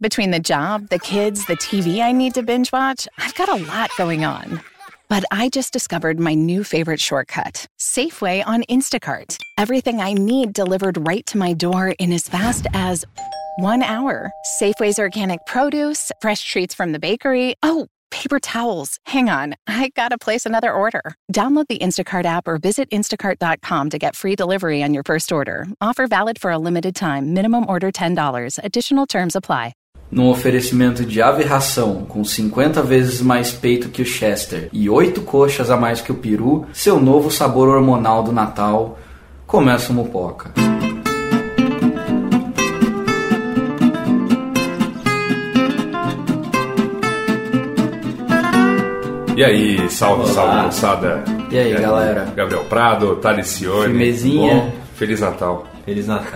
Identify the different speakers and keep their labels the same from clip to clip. Speaker 1: Between the job, the kids, the TV I need to binge watch, I've got a lot going on. But I just discovered my new favorite shortcut Safeway on Instacart. Everything I need delivered right to my door in as fast as one hour. Safeway's organic produce, fresh treats from the bakery. Oh, paper towels. Hang on, I gotta place another order. Download the Instacart app or visit instacart.com to get free delivery on your first order. Offer valid for a limited time. Minimum order $10. Additional terms apply.
Speaker 2: num oferecimento de ave ração com 50 vezes mais peito que o Chester e 8 coxas a mais que o peru, seu novo sabor hormonal do Natal, começa o Mupoca.
Speaker 3: E aí, salve, salve, moçada.
Speaker 2: E aí, galera?
Speaker 3: Gabriel Prado, Talicione.
Speaker 2: Firmezinha.
Speaker 3: Bom, Feliz Natal.
Speaker 4: Feliz Natal.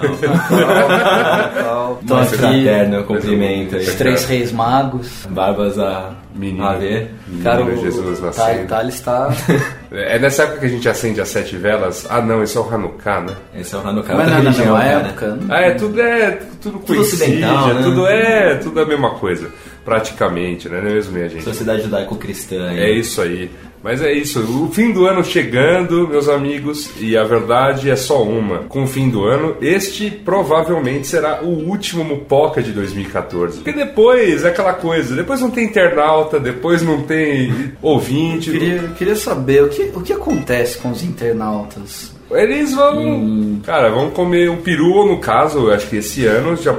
Speaker 2: Tô
Speaker 4: Mais
Speaker 2: aqui,
Speaker 4: fraterno cumprimento aí.
Speaker 2: os três reis magos.
Speaker 4: Barbas a,
Speaker 3: um Menino.
Speaker 4: a ver.
Speaker 3: Menino
Speaker 2: Cara, o
Speaker 3: Jesus
Speaker 2: Ta-
Speaker 3: nascendo.
Speaker 2: Thales tá...
Speaker 3: É nessa época que a gente acende as sete velas? Ah, não, esse é o Hanukkah, né?
Speaker 4: Esse é o Hanukkah.
Speaker 2: Mas não é na
Speaker 4: outra religião,
Speaker 2: mesma
Speaker 4: cara.
Speaker 2: época. né?
Speaker 3: Ah, é tudo é tudo coincide,
Speaker 4: ocidental, né?
Speaker 3: tudo é tudo a mesma coisa, praticamente, né? Não é mesmo, minha gente?
Speaker 4: Sociedade judaico-cristã. aí.
Speaker 3: É isso aí. Mas é isso, o fim do ano chegando, meus amigos, e a verdade é só uma. Com o fim do ano, este provavelmente será o último Mupoca de 2014. Porque depois é aquela coisa, depois não tem internauta, depois não tem ouvinte.
Speaker 2: Eu queria, eu queria saber, o que, o que acontece com os internautas?
Speaker 3: Eles vão.
Speaker 2: Hum.
Speaker 3: Cara, vão comer um peru, ou no caso, eu acho que esse ano já,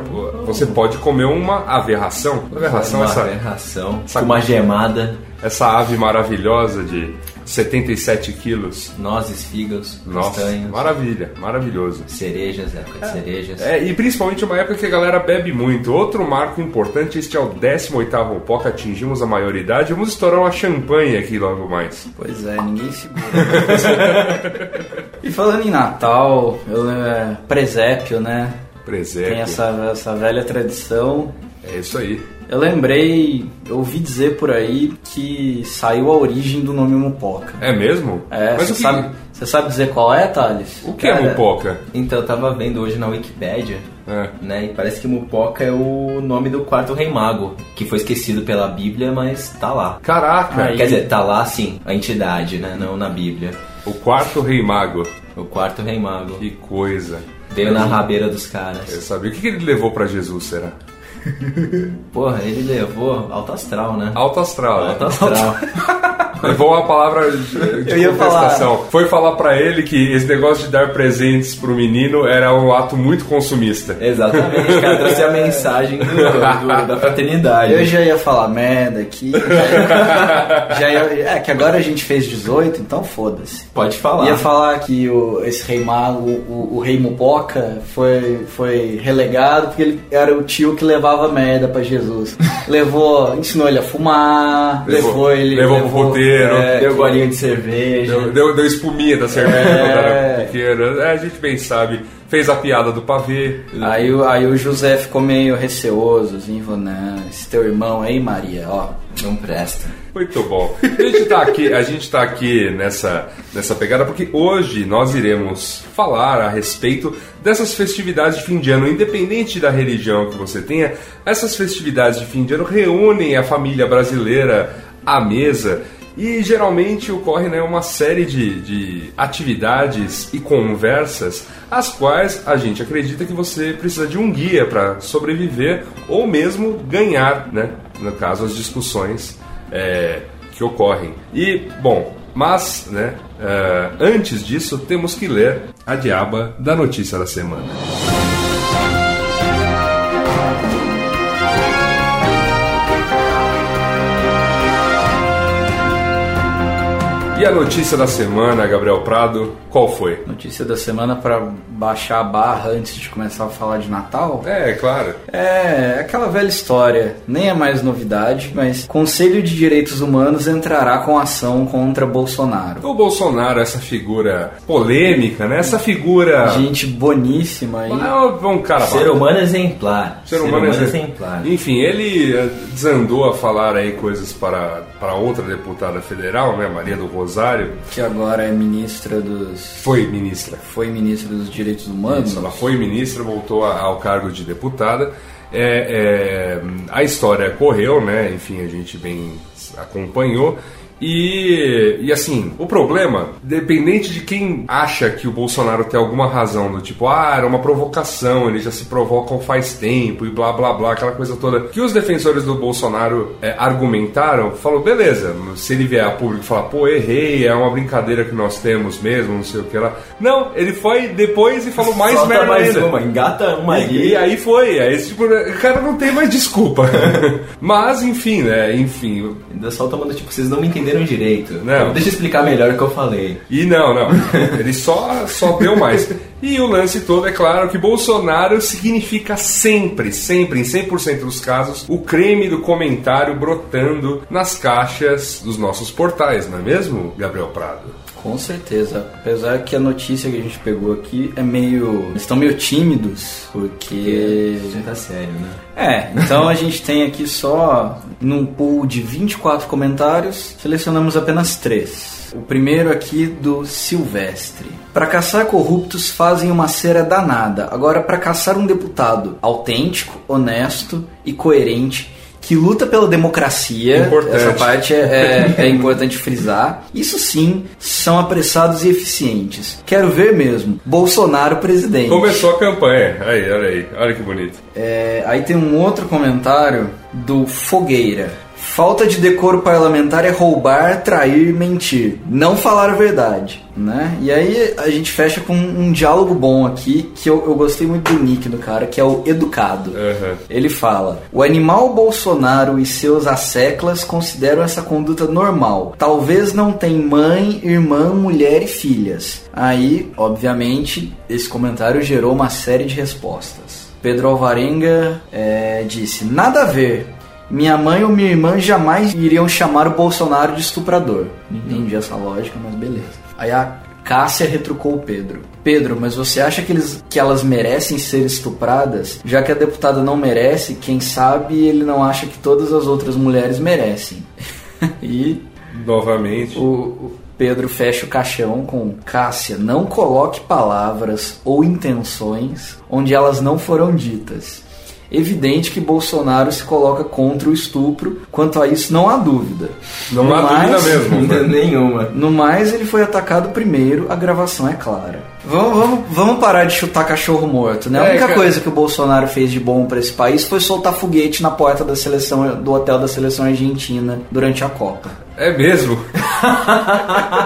Speaker 3: você pode comer uma aberração. Aberração,
Speaker 4: Uma
Speaker 3: essa.
Speaker 4: aberração.
Speaker 3: essa-
Speaker 4: Uma gemada.
Speaker 3: essa ave maravilhosa de 77 quilos.
Speaker 4: Nozes, fígados,
Speaker 3: Nossa,
Speaker 4: castanhos.
Speaker 3: maravilha, maravilhoso.
Speaker 4: Cerejas, época de cerejas.
Speaker 3: É, e principalmente uma época que a galera bebe muito. Outro marco importante, este é o 18º Poca, atingimos a maioridade. Vamos estourar uma champanhe aqui logo mais.
Speaker 2: Pois é, ninguém segura. e falando em Natal, eu lembro, é, presépio, né?
Speaker 3: Presépio.
Speaker 2: Tem essa, essa velha tradição.
Speaker 3: É isso aí.
Speaker 2: Eu lembrei, eu ouvi dizer por aí que saiu a origem do nome Mupoca.
Speaker 3: É mesmo?
Speaker 2: É,
Speaker 3: Mas
Speaker 2: você
Speaker 3: o que,
Speaker 2: sabe, você sabe dizer qual é, Thales?
Speaker 3: o que é
Speaker 4: Cara,
Speaker 3: mupoca?
Speaker 4: Então, eu tava vendo hoje na Wikipédia,
Speaker 3: É.
Speaker 4: né? E parece que Mupoca é o nome do quarto rei mago, que foi esquecido pela Bíblia, mas tá lá.
Speaker 3: Caraca,
Speaker 2: Aí.
Speaker 4: Quer dizer, tá lá sim, a entidade, né? Não na Bíblia.
Speaker 3: o quarto rei mago.
Speaker 4: O quarto rei mago.
Speaker 3: Que coisa.
Speaker 4: Veio na rabeira dos caras.
Speaker 3: Eu sabia. O que que ele levou pra Jesus, será?
Speaker 4: Porra, ele levou alto astral, né?
Speaker 3: Alto astral, né?
Speaker 4: Alto astral.
Speaker 3: Levou uma palavra de
Speaker 2: Eu ia
Speaker 3: contestação. Foi falar pra ele que esse negócio de dar presentes pro menino era um ato muito consumista.
Speaker 2: É.
Speaker 4: Exatamente, o cara trouxe a mensagem do- do- da fraternidade.
Speaker 2: Eu já ia falar merda aqui. já ia- é que agora a gente fez 18, então foda-se.
Speaker 4: Pode falar.
Speaker 2: Ia falar que o, esse rei mago, o, o rei Mupoca, foi, foi relegado porque ele era o tio que levava merda pra Jesus. Levou, ensinou ele a fumar, levou, é,
Speaker 3: Levou-
Speaker 2: ele.
Speaker 3: levou pro puteiro.
Speaker 4: Deu golinho de cerveja.
Speaker 3: Deu, deu, deu espuminha da cerveja
Speaker 2: É.
Speaker 3: quando era pequeno. É, a gente bem sabe. Fez a piada do pavê.
Speaker 2: Aí, o- aí o José ficou meio receoso, assim, falou, não, esse teu irmão aí, Maria, ó.
Speaker 4: Não presta.
Speaker 3: Muito bom. A gente tá aqui, a gente tá aqui nessa, nessa pegada porque hoje nós iremos falar a respeito dessas festividades de fim de ano, independente da religião que você tenha. Essas festividades de fim de ano reúnem a família brasileira à mesa. E geralmente ocorre né, uma série de, de atividades e conversas as quais a gente acredita que você precisa de um guia para sobreviver ou mesmo ganhar, né? no caso, as discussões é, que ocorrem. E, bom, mas, né, é, antes disso, temos que ler a diaba da notícia da semana. E a notícia da semana, Gabriel Prado, qual foi?
Speaker 2: Notícia da semana pra baixar a barra antes de começar a falar de Natal.
Speaker 3: É, claro.
Speaker 2: É aquela velha história, nem é mais novidade, mas Conselho de Direitos Humanos entrará com ação contra Bolsonaro.
Speaker 3: O Bolsonaro, essa figura polêmica, né? Essa figura.
Speaker 2: Gente boníssima aí.
Speaker 3: É um cara
Speaker 4: Ser humano exemplar.
Speaker 3: ser humano, é
Speaker 4: exemplar.
Speaker 3: Enfim, ele eh, desandou a falar aí coisas para, para outra deputada federal, né, Maria do Rosário,
Speaker 2: que agora é ministra dos.
Speaker 3: foi ministra.
Speaker 2: Foi ministra dos Direitos Humanos.
Speaker 3: Isso, ela foi ministra, voltou a- ao cargo de deputada. É, é, a história correu, né? Enfim, a gente bem acompanhou. E, e assim, o problema, dependente de quem acha que o Bolsonaro tem alguma razão, do tipo, ah, era uma provocação, ele já se provocam faz tempo e blá blá blá, aquela coisa toda, que os defensores do Bolsonaro é, argumentaram, falou, beleza, se ele vier a público e falar, pô, errei, é uma brincadeira que nós temos mesmo, não sei o que lá. Não, ele foi depois e falou mais
Speaker 4: Solta
Speaker 3: merda
Speaker 4: mais
Speaker 3: ainda.
Speaker 4: uma, engata uma ali.
Speaker 3: E, e aí foi, aí tipo, o cara não tem mais desculpa. Mas enfim, né? Enfim.
Speaker 4: Ainda solta uma do tipo, vocês não me entenderam direito.
Speaker 3: Não.
Speaker 4: Deixa eu explicar melhor o que eu falei.
Speaker 3: E não, não. Ele só, só deu mais. E o lance todo é claro que Bolsonaro significa sempre, sempre, em 100% dos casos, o creme do comentário brotando nas caixas dos nossos portais, não é mesmo, Gabriel Prado?
Speaker 2: Com certeza. Apesar que a notícia que a gente pegou aqui é meio. Eles estão meio tímidos, porque.
Speaker 4: Já tá sério, né?
Speaker 2: É, então a gente tem aqui só num pool de 24 comentários, selecionamos apenas três. O primeiro aqui do Silvestre. Pra caçar corruptos fazem uma cera danada. Agora pra caçar um deputado autêntico, honesto e coerente que luta pela democracia,
Speaker 3: Importante.
Speaker 2: essa parte é, é importante frisar. Isso sim, são apressados e eficientes. Quero ver mesmo. Bolsonaro presidente.
Speaker 3: Começou a campanha. Aí, olha aí, olha que bonito.
Speaker 2: É, aí tem um outro comentário do Fogueira. Falta de decoro parlamentar é roubar, trair, mentir, não falar a verdade, né? E aí a gente fecha com um diálogo bom aqui, que eu, eu gostei muito do nick do cara, que é o educado.
Speaker 3: Aham.
Speaker 2: Ele fala: O animal Bolsonaro e seus asseclas consideram essa conduta normal. Talvez não tem mãe, irmã, mulher e filhas. Aí, obviamente, esse comentário gerou uma série de respostas. Pedro Alvarenga eh, disse: Nada a ver. Minha mãe ou minha irmã jamais iriam chamar o Bolsonaro de estuprador. Não entendi essa lógica, mas beleza. Aí a Cássia retrucou o Pedro. Pedro, mas você acha que, eles, que elas merecem ser estupradas? Já que a deputada não merece, quem sabe ele não acha que todas as outras mulheres merecem. e
Speaker 3: Novamente.
Speaker 2: o, o Pedro fecha o caixão com Cássia, não coloque palavras ou intenções onde elas não foram ditas. Evidente que Bolsonaro se coloca contra o estupro, quanto a isso não há dúvida.
Speaker 3: Não há
Speaker 2: Mas-
Speaker 3: dúvida mesmo.
Speaker 4: Ainda nenhuma.
Speaker 2: no mais, ele foi atacado primeiro, a gravação é clara. Vamos, vamos, vamos parar de chutar cachorro morto, né? A
Speaker 3: É,
Speaker 2: única
Speaker 3: cara.
Speaker 2: coisa que o Bolsonaro fez de bom pra esse país foi soltar foguete na porta da seleção do hotel da seleção argentina durante a Copa.
Speaker 3: É mesmo?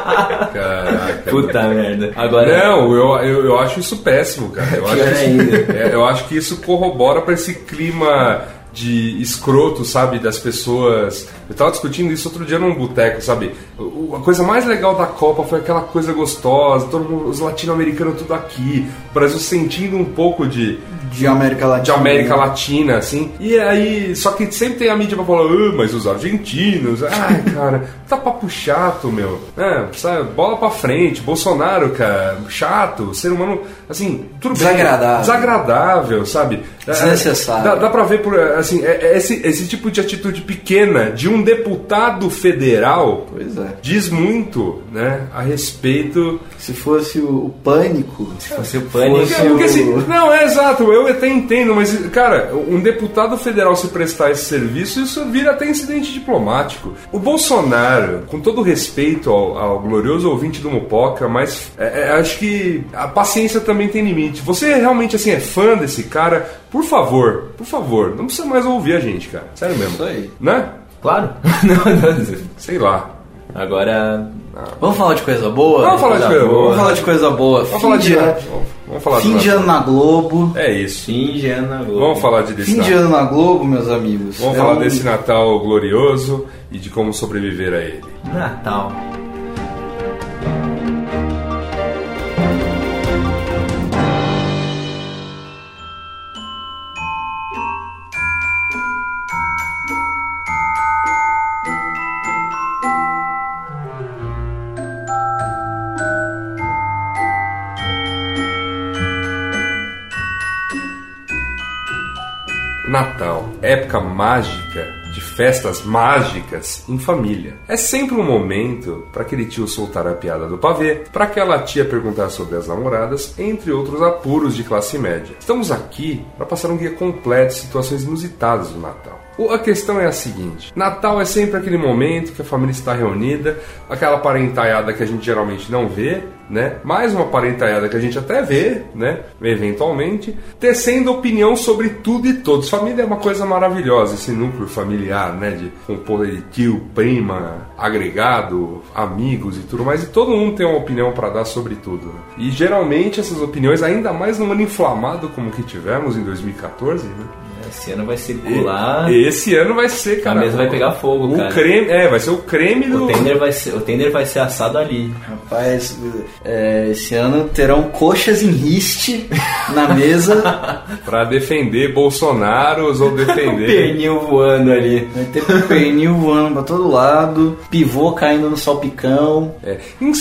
Speaker 3: Caraca.
Speaker 4: Puta merda. Agora. é-
Speaker 3: Não, eu, eu, eu acho isso péssimo, cara. Eu acho,
Speaker 4: Pior
Speaker 3: isso,
Speaker 4: ainda.
Speaker 3: é, eu acho que isso corrobora pra esse clima de escroto, sabe, das pessoas. Eu tava discutindo isso outro dia num boteco, sabe? O- A coisa mais legal da Copa foi aquela coisa gostosa, todo mundo, os latino-americanos tudo aqui, o Brasil sentindo um pouco de
Speaker 2: De América Latina.
Speaker 3: de América Latina, assim. E aí, só que sempre tem a mídia pra falar, "Ah, mas os argentinos, ai, cara, tá papo chato, meu. É, sabe, bola pra frente, Bolsonaro, cara, chato, ser humano, assim, tudo bem.
Speaker 2: Desagradável.
Speaker 3: Desagradável, sabe? É,
Speaker 2: Desnecessário.
Speaker 3: Dá, dá pra ver, por, assim, é- é esse, esse tipo de atitude pequena de um deputado federal
Speaker 2: Pois é.
Speaker 3: diz muito, né, a respeito
Speaker 2: Se fosse o, o pânico.
Speaker 4: Você pânico.
Speaker 3: porque, porque assim, não, é exato, eu até entendo, mas, cara, um deputado federal se prestar esse serviço, isso vira até incidente diplomático. O Bolsonaro, com todo o respeito ao, ao glorioso ouvinte do Mupoca, mas é, é, acho que a paciência também tem limite. Você realmente, assim, é fã desse cara? Por favor, por favor, não precisa mais ouvir a gente, cara. Sério mesmo.
Speaker 2: Isso aí.
Speaker 3: Né?
Speaker 4: Claro. Não, não.
Speaker 3: Sei lá.
Speaker 4: Agora.
Speaker 2: Vamos falar de coisa boa?
Speaker 3: Vamos falar de coisa boa.
Speaker 2: Vamos falar de coisa boa.
Speaker 3: Vamos falar de...
Speaker 2: ano.
Speaker 3: Vamos, vamos falar
Speaker 2: Fim de ano na Globo.
Speaker 3: É isso.
Speaker 4: Indiana Globo.
Speaker 3: Vamos falar de desse
Speaker 2: Fim de ano na Globo, meus amigos.
Speaker 3: Vamos
Speaker 2: É
Speaker 3: falar
Speaker 2: um-
Speaker 3: desse Natal glorioso e de como sobreviver a ele.
Speaker 4: Natal.
Speaker 3: Natal, época mágica de festas mágicas em família. É sempre um momento para aquele tio soltar a piada do pavê, para aquela tia perguntar sobre as namoradas, entre outros apuros de classe média. Estamos aqui para passar um guia completo de situações inusitadas do Natal. O- A questão é a seguinte: Natal é sempre aquele momento que a família está reunida, aquela parentaiada que a gente geralmente não vê, né? Mais uma parentaiada que a gente até vê, né? Eventualmente, tecendo opinião sobre tudo e todos. Família é uma coisa maravilhosa, esse núcleo familiar, né? De compor de tio, prima, agregado, amigos e tudo mais. E todo mundo tem uma opinião para dar sobre tudo. né? E geralmente essas opiniões, ainda mais num ano inflamado como que tivemos em 2014, né?
Speaker 4: Esse ano vai circular.
Speaker 3: Esse ano vai ser, cara.
Speaker 4: A mesa vai pegar fogo,
Speaker 3: o
Speaker 4: cara.
Speaker 3: creme, é, vai ser o creme do.
Speaker 4: O tender, vai ser, o tender vai ser assado ali.
Speaker 2: Rapaz, é, esse ano terão coxas em riste na mesa.
Speaker 4: é
Speaker 3: Pra defender Bolsonaros ou defender.
Speaker 4: Pernil voando ali.
Speaker 2: Vai ter pernil voando pra todo lado, pivô caindo no salpicão.
Speaker 3: É,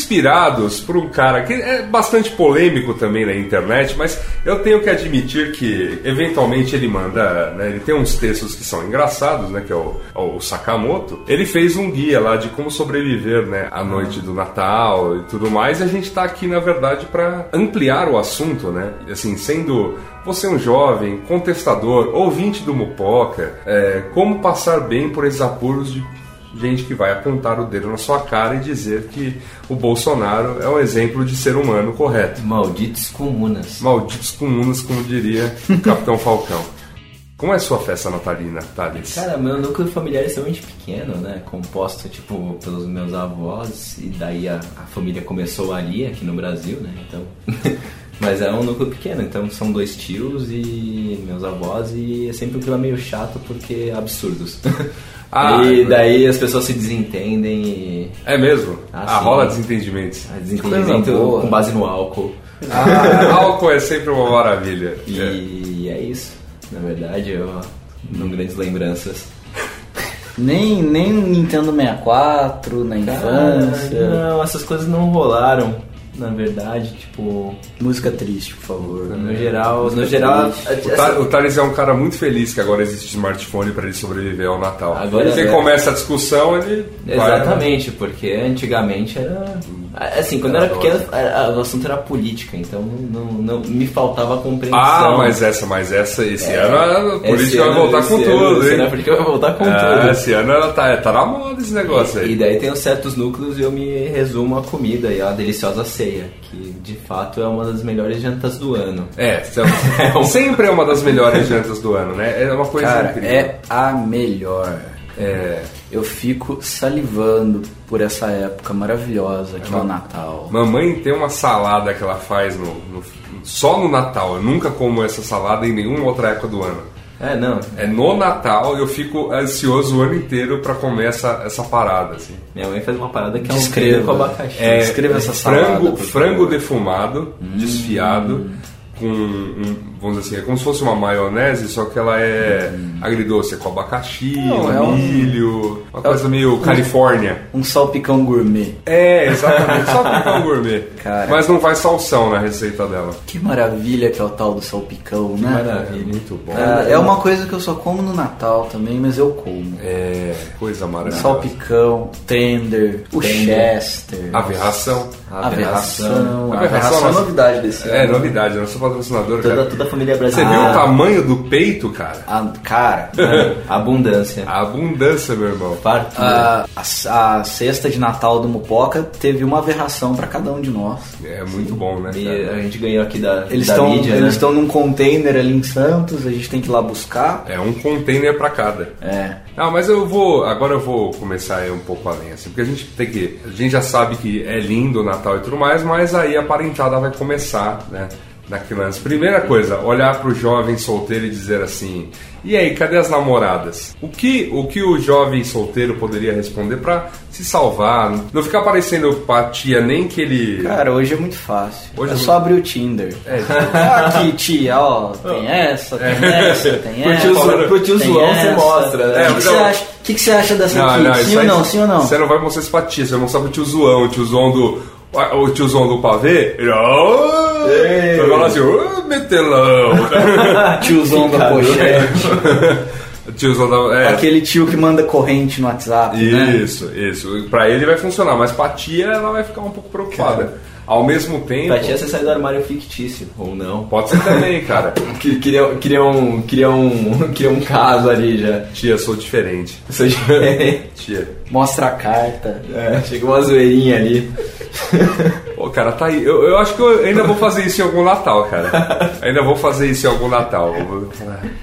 Speaker 3: inspirados por um cara que é bastante polêmico também na internet, mas eu tenho que admitir que eventualmente ele manda, né, ele tem uns textos que são engraçados, né, que é o, o Sakamoto. Ele fez um guia lá de como sobreviver, né, à noite do Natal e tudo mais. E a gente tá aqui na verdade pra ampliar o assunto, né? Assim, sendo Você é um jovem, contestador, ouvinte do Mupoca, é, como passar bem por esses apuros de gente que vai apontar o dedo na sua cara e dizer que o Bolsonaro é um exemplo de ser humano correto.
Speaker 4: Malditos comunas.
Speaker 3: Malditos comunas, como diria o Capitão Falcão. Como é a sua festa natalina, Thales?
Speaker 4: Cara, meu núcleo familiar é extremamente pequeno, né? Composto, tipo, pelos meus avós, e daí a, a família começou ali, aqui no Brasil, né? Então. Mas é um núcleo pequeno, então são dois tios e meus avós, e é sempre um clima meio chato porque é absurdos.
Speaker 3: Ah,
Speaker 4: e
Speaker 3: é.
Speaker 4: daí as pessoas se desentendem e.
Speaker 3: É mesmo?
Speaker 4: Ah,
Speaker 3: ah,
Speaker 4: sim.
Speaker 3: rola desentendimentos.
Speaker 4: ah,
Speaker 2: Coisa
Speaker 4: Desentendimento
Speaker 2: boa.
Speaker 4: com base no álcool.
Speaker 3: Ah, álcool é sempre uma maravilha. É.
Speaker 4: E é isso. Na verdade, eu não grandes lembranças.
Speaker 2: Nem, nem Nintendo 64 na infância.
Speaker 4: Não, essas coisas não rolaram, na verdade, tipo,
Speaker 2: Música triste, por favor.
Speaker 4: no geral, no geral,
Speaker 2: triste.
Speaker 4: a-
Speaker 3: O
Speaker 4: essa-
Speaker 3: Tha- O Thales é um cara muito feliz que agora existe smartphone para ele sobreviver ao Natal.
Speaker 4: Agora
Speaker 3: Você
Speaker 4: é.
Speaker 3: começa a discussão, ele vai- né?
Speaker 4: exatamente, porque antigamente era assim, quando eu era pequeno, era- o assunto era política, então não, não me faltava compreensão.
Speaker 3: Ah, mas essa, mas essa, esse ano a
Speaker 4: Então- É. Esse
Speaker 3: política vai
Speaker 4: ano-
Speaker 3: voltar com
Speaker 4: esse ano-
Speaker 3: tudo,
Speaker 4: esse ano a
Speaker 3: hein?
Speaker 4: política vai voltar com
Speaker 3: Ah,
Speaker 4: tudo.
Speaker 3: esse ano ela tá, tá na moda esse negócio
Speaker 4: E
Speaker 3: aí.
Speaker 4: daí tem os certos núcleos e eu me resumo à comida e à deliciosa ceia, que de fato é uma das melhores jantas do ano.
Speaker 3: É, se- sempre é uma das melhores jantas do ano, né? É uma coisa
Speaker 2: Cara,
Speaker 3: incrível.
Speaker 2: é a melhor.
Speaker 3: É,
Speaker 2: Eu fico salivando por essa época maravilhosa que é o Natal.
Speaker 3: Mamãe tem uma salada que ela faz no, no- só no Natal. Eu nunca como essa salada em nenhuma outra época do ano.
Speaker 4: É, não,
Speaker 3: É no Natal eu fico ansioso o ano inteiro pra comer essa, essa parada, assim.
Speaker 4: Minha mãe fez uma parada que é um
Speaker 2: Descreva.
Speaker 4: creme com abacaxi.
Speaker 3: É,
Speaker 2: Descreva essa salada,
Speaker 3: frango,
Speaker 2: por favor. Hum.
Speaker 3: frango defumado, desfiado, com, um- vamos dizer assim, é como se fosse uma maionese, só que ela é agridoce, é com abacaxi,
Speaker 2: Hum. Não, é um-
Speaker 3: milho, uma coisa meio Califórnia.
Speaker 2: Um salpicão gourmet.
Speaker 3: É, exatamente, só picar um gourmet.
Speaker 2: Cara.
Speaker 3: Mas não faz salsão na receita dela.
Speaker 2: Que maravilha que é o tal do salpicão, né?
Speaker 4: maravilha.
Speaker 3: muito bom.
Speaker 2: É, é uma coisa que eu só como no Natal também, mas eu como. Um
Speaker 3: É, coisa maravilhosa.
Speaker 2: Salpicão, tender, o Chester.
Speaker 3: Aberração.
Speaker 2: Aberração.
Speaker 4: Aberração.
Speaker 2: Aberração é
Speaker 3: nossa-
Speaker 2: novidade desse
Speaker 3: É,
Speaker 2: ano.
Speaker 3: novidade, eu não sou patrocinador,
Speaker 4: Toda,
Speaker 3: cara.
Speaker 4: toda a família é
Speaker 3: Você viu
Speaker 4: brasileira.
Speaker 3: o tamanho do peito, cara?
Speaker 2: Ah, cara,
Speaker 4: Ah, Abundância.
Speaker 3: A abundância, meu irmão.
Speaker 4: Fartura.
Speaker 2: a, a, a cesta de Natal do Mupoca teve uma aberração pra cada um de nós.
Speaker 3: É muito bom, né?
Speaker 4: E
Speaker 3: cara?
Speaker 4: a gente ganhou aqui da,
Speaker 2: Eles
Speaker 4: da
Speaker 2: estão
Speaker 4: mídia, né?
Speaker 2: eles estão num container ali em Santos, a gente tem que ir lá buscar.
Speaker 3: É um container pra cada.
Speaker 2: É.
Speaker 3: Ah, mas eu vou. Agora eu vou começar aí um pouco além, assim, porque a gente tem que. A gente já sabe que é lindo o Natal e tudo mais, mas aí a parentada vai começar, né? Naquele lance. Primeira coisa, olhar pro jovem solteiro e dizer assim: e aí, cadê as namoradas? O que o, que o jovem solteiro poderia responder pra se salvar? Não ficar parecendo patia nem que ele.
Speaker 2: Cara, hoje é muito fácil.
Speaker 3: Hoje
Speaker 2: é
Speaker 3: é
Speaker 2: só abrir o Tinder.
Speaker 3: É,
Speaker 2: Aqui, tia, ó, tem essa, tem essa, tem
Speaker 4: Pro
Speaker 2: essa.
Speaker 4: tio, Zo- pro tio
Speaker 2: tem
Speaker 4: Zoão
Speaker 2: essa.
Speaker 4: você mostra, né?
Speaker 3: É,
Speaker 2: O que,
Speaker 3: mas
Speaker 2: que,
Speaker 3: não.
Speaker 2: você acha- que que você acha dessa
Speaker 3: Não,
Speaker 2: aqui?
Speaker 3: não,
Speaker 2: sim
Speaker 3: isso
Speaker 2: ou
Speaker 3: aí-
Speaker 2: não? Sim ou não?
Speaker 3: Você não vai mostrar isso pra tia, você vai mostrar pro tiozão, o tiozão do. O tiozão do pavê, ele. "Ah!" Você vai falar assim, ô metelão.
Speaker 2: Tiozão da
Speaker 4: Cara,
Speaker 2: pochete.
Speaker 3: Tiozão da. É,
Speaker 2: Aquele tio que manda corrente no WhatsApp, né?
Speaker 3: Isso, isso. Pra ele vai funcionar, mas pra tia ela vai ficar um pouco preocupada. Ao mesmo tempo.
Speaker 4: Pra tia você sai do armário fictício, ou não.
Speaker 3: Pode ser também, cara.
Speaker 4: Que- Queria, queria, um, queria, um, queria um caso ali já.
Speaker 3: Tia, sou diferente.
Speaker 4: Você já-
Speaker 3: Tia.
Speaker 2: Mostra a carta.
Speaker 4: é, chega uma zoeirinha ali.
Speaker 3: Ô, cara, tá aí. Eu, eu acho que eu ainda vou fazer isso em algum Natal, cara. Ainda vou fazer isso em algum Natal. Eu vou-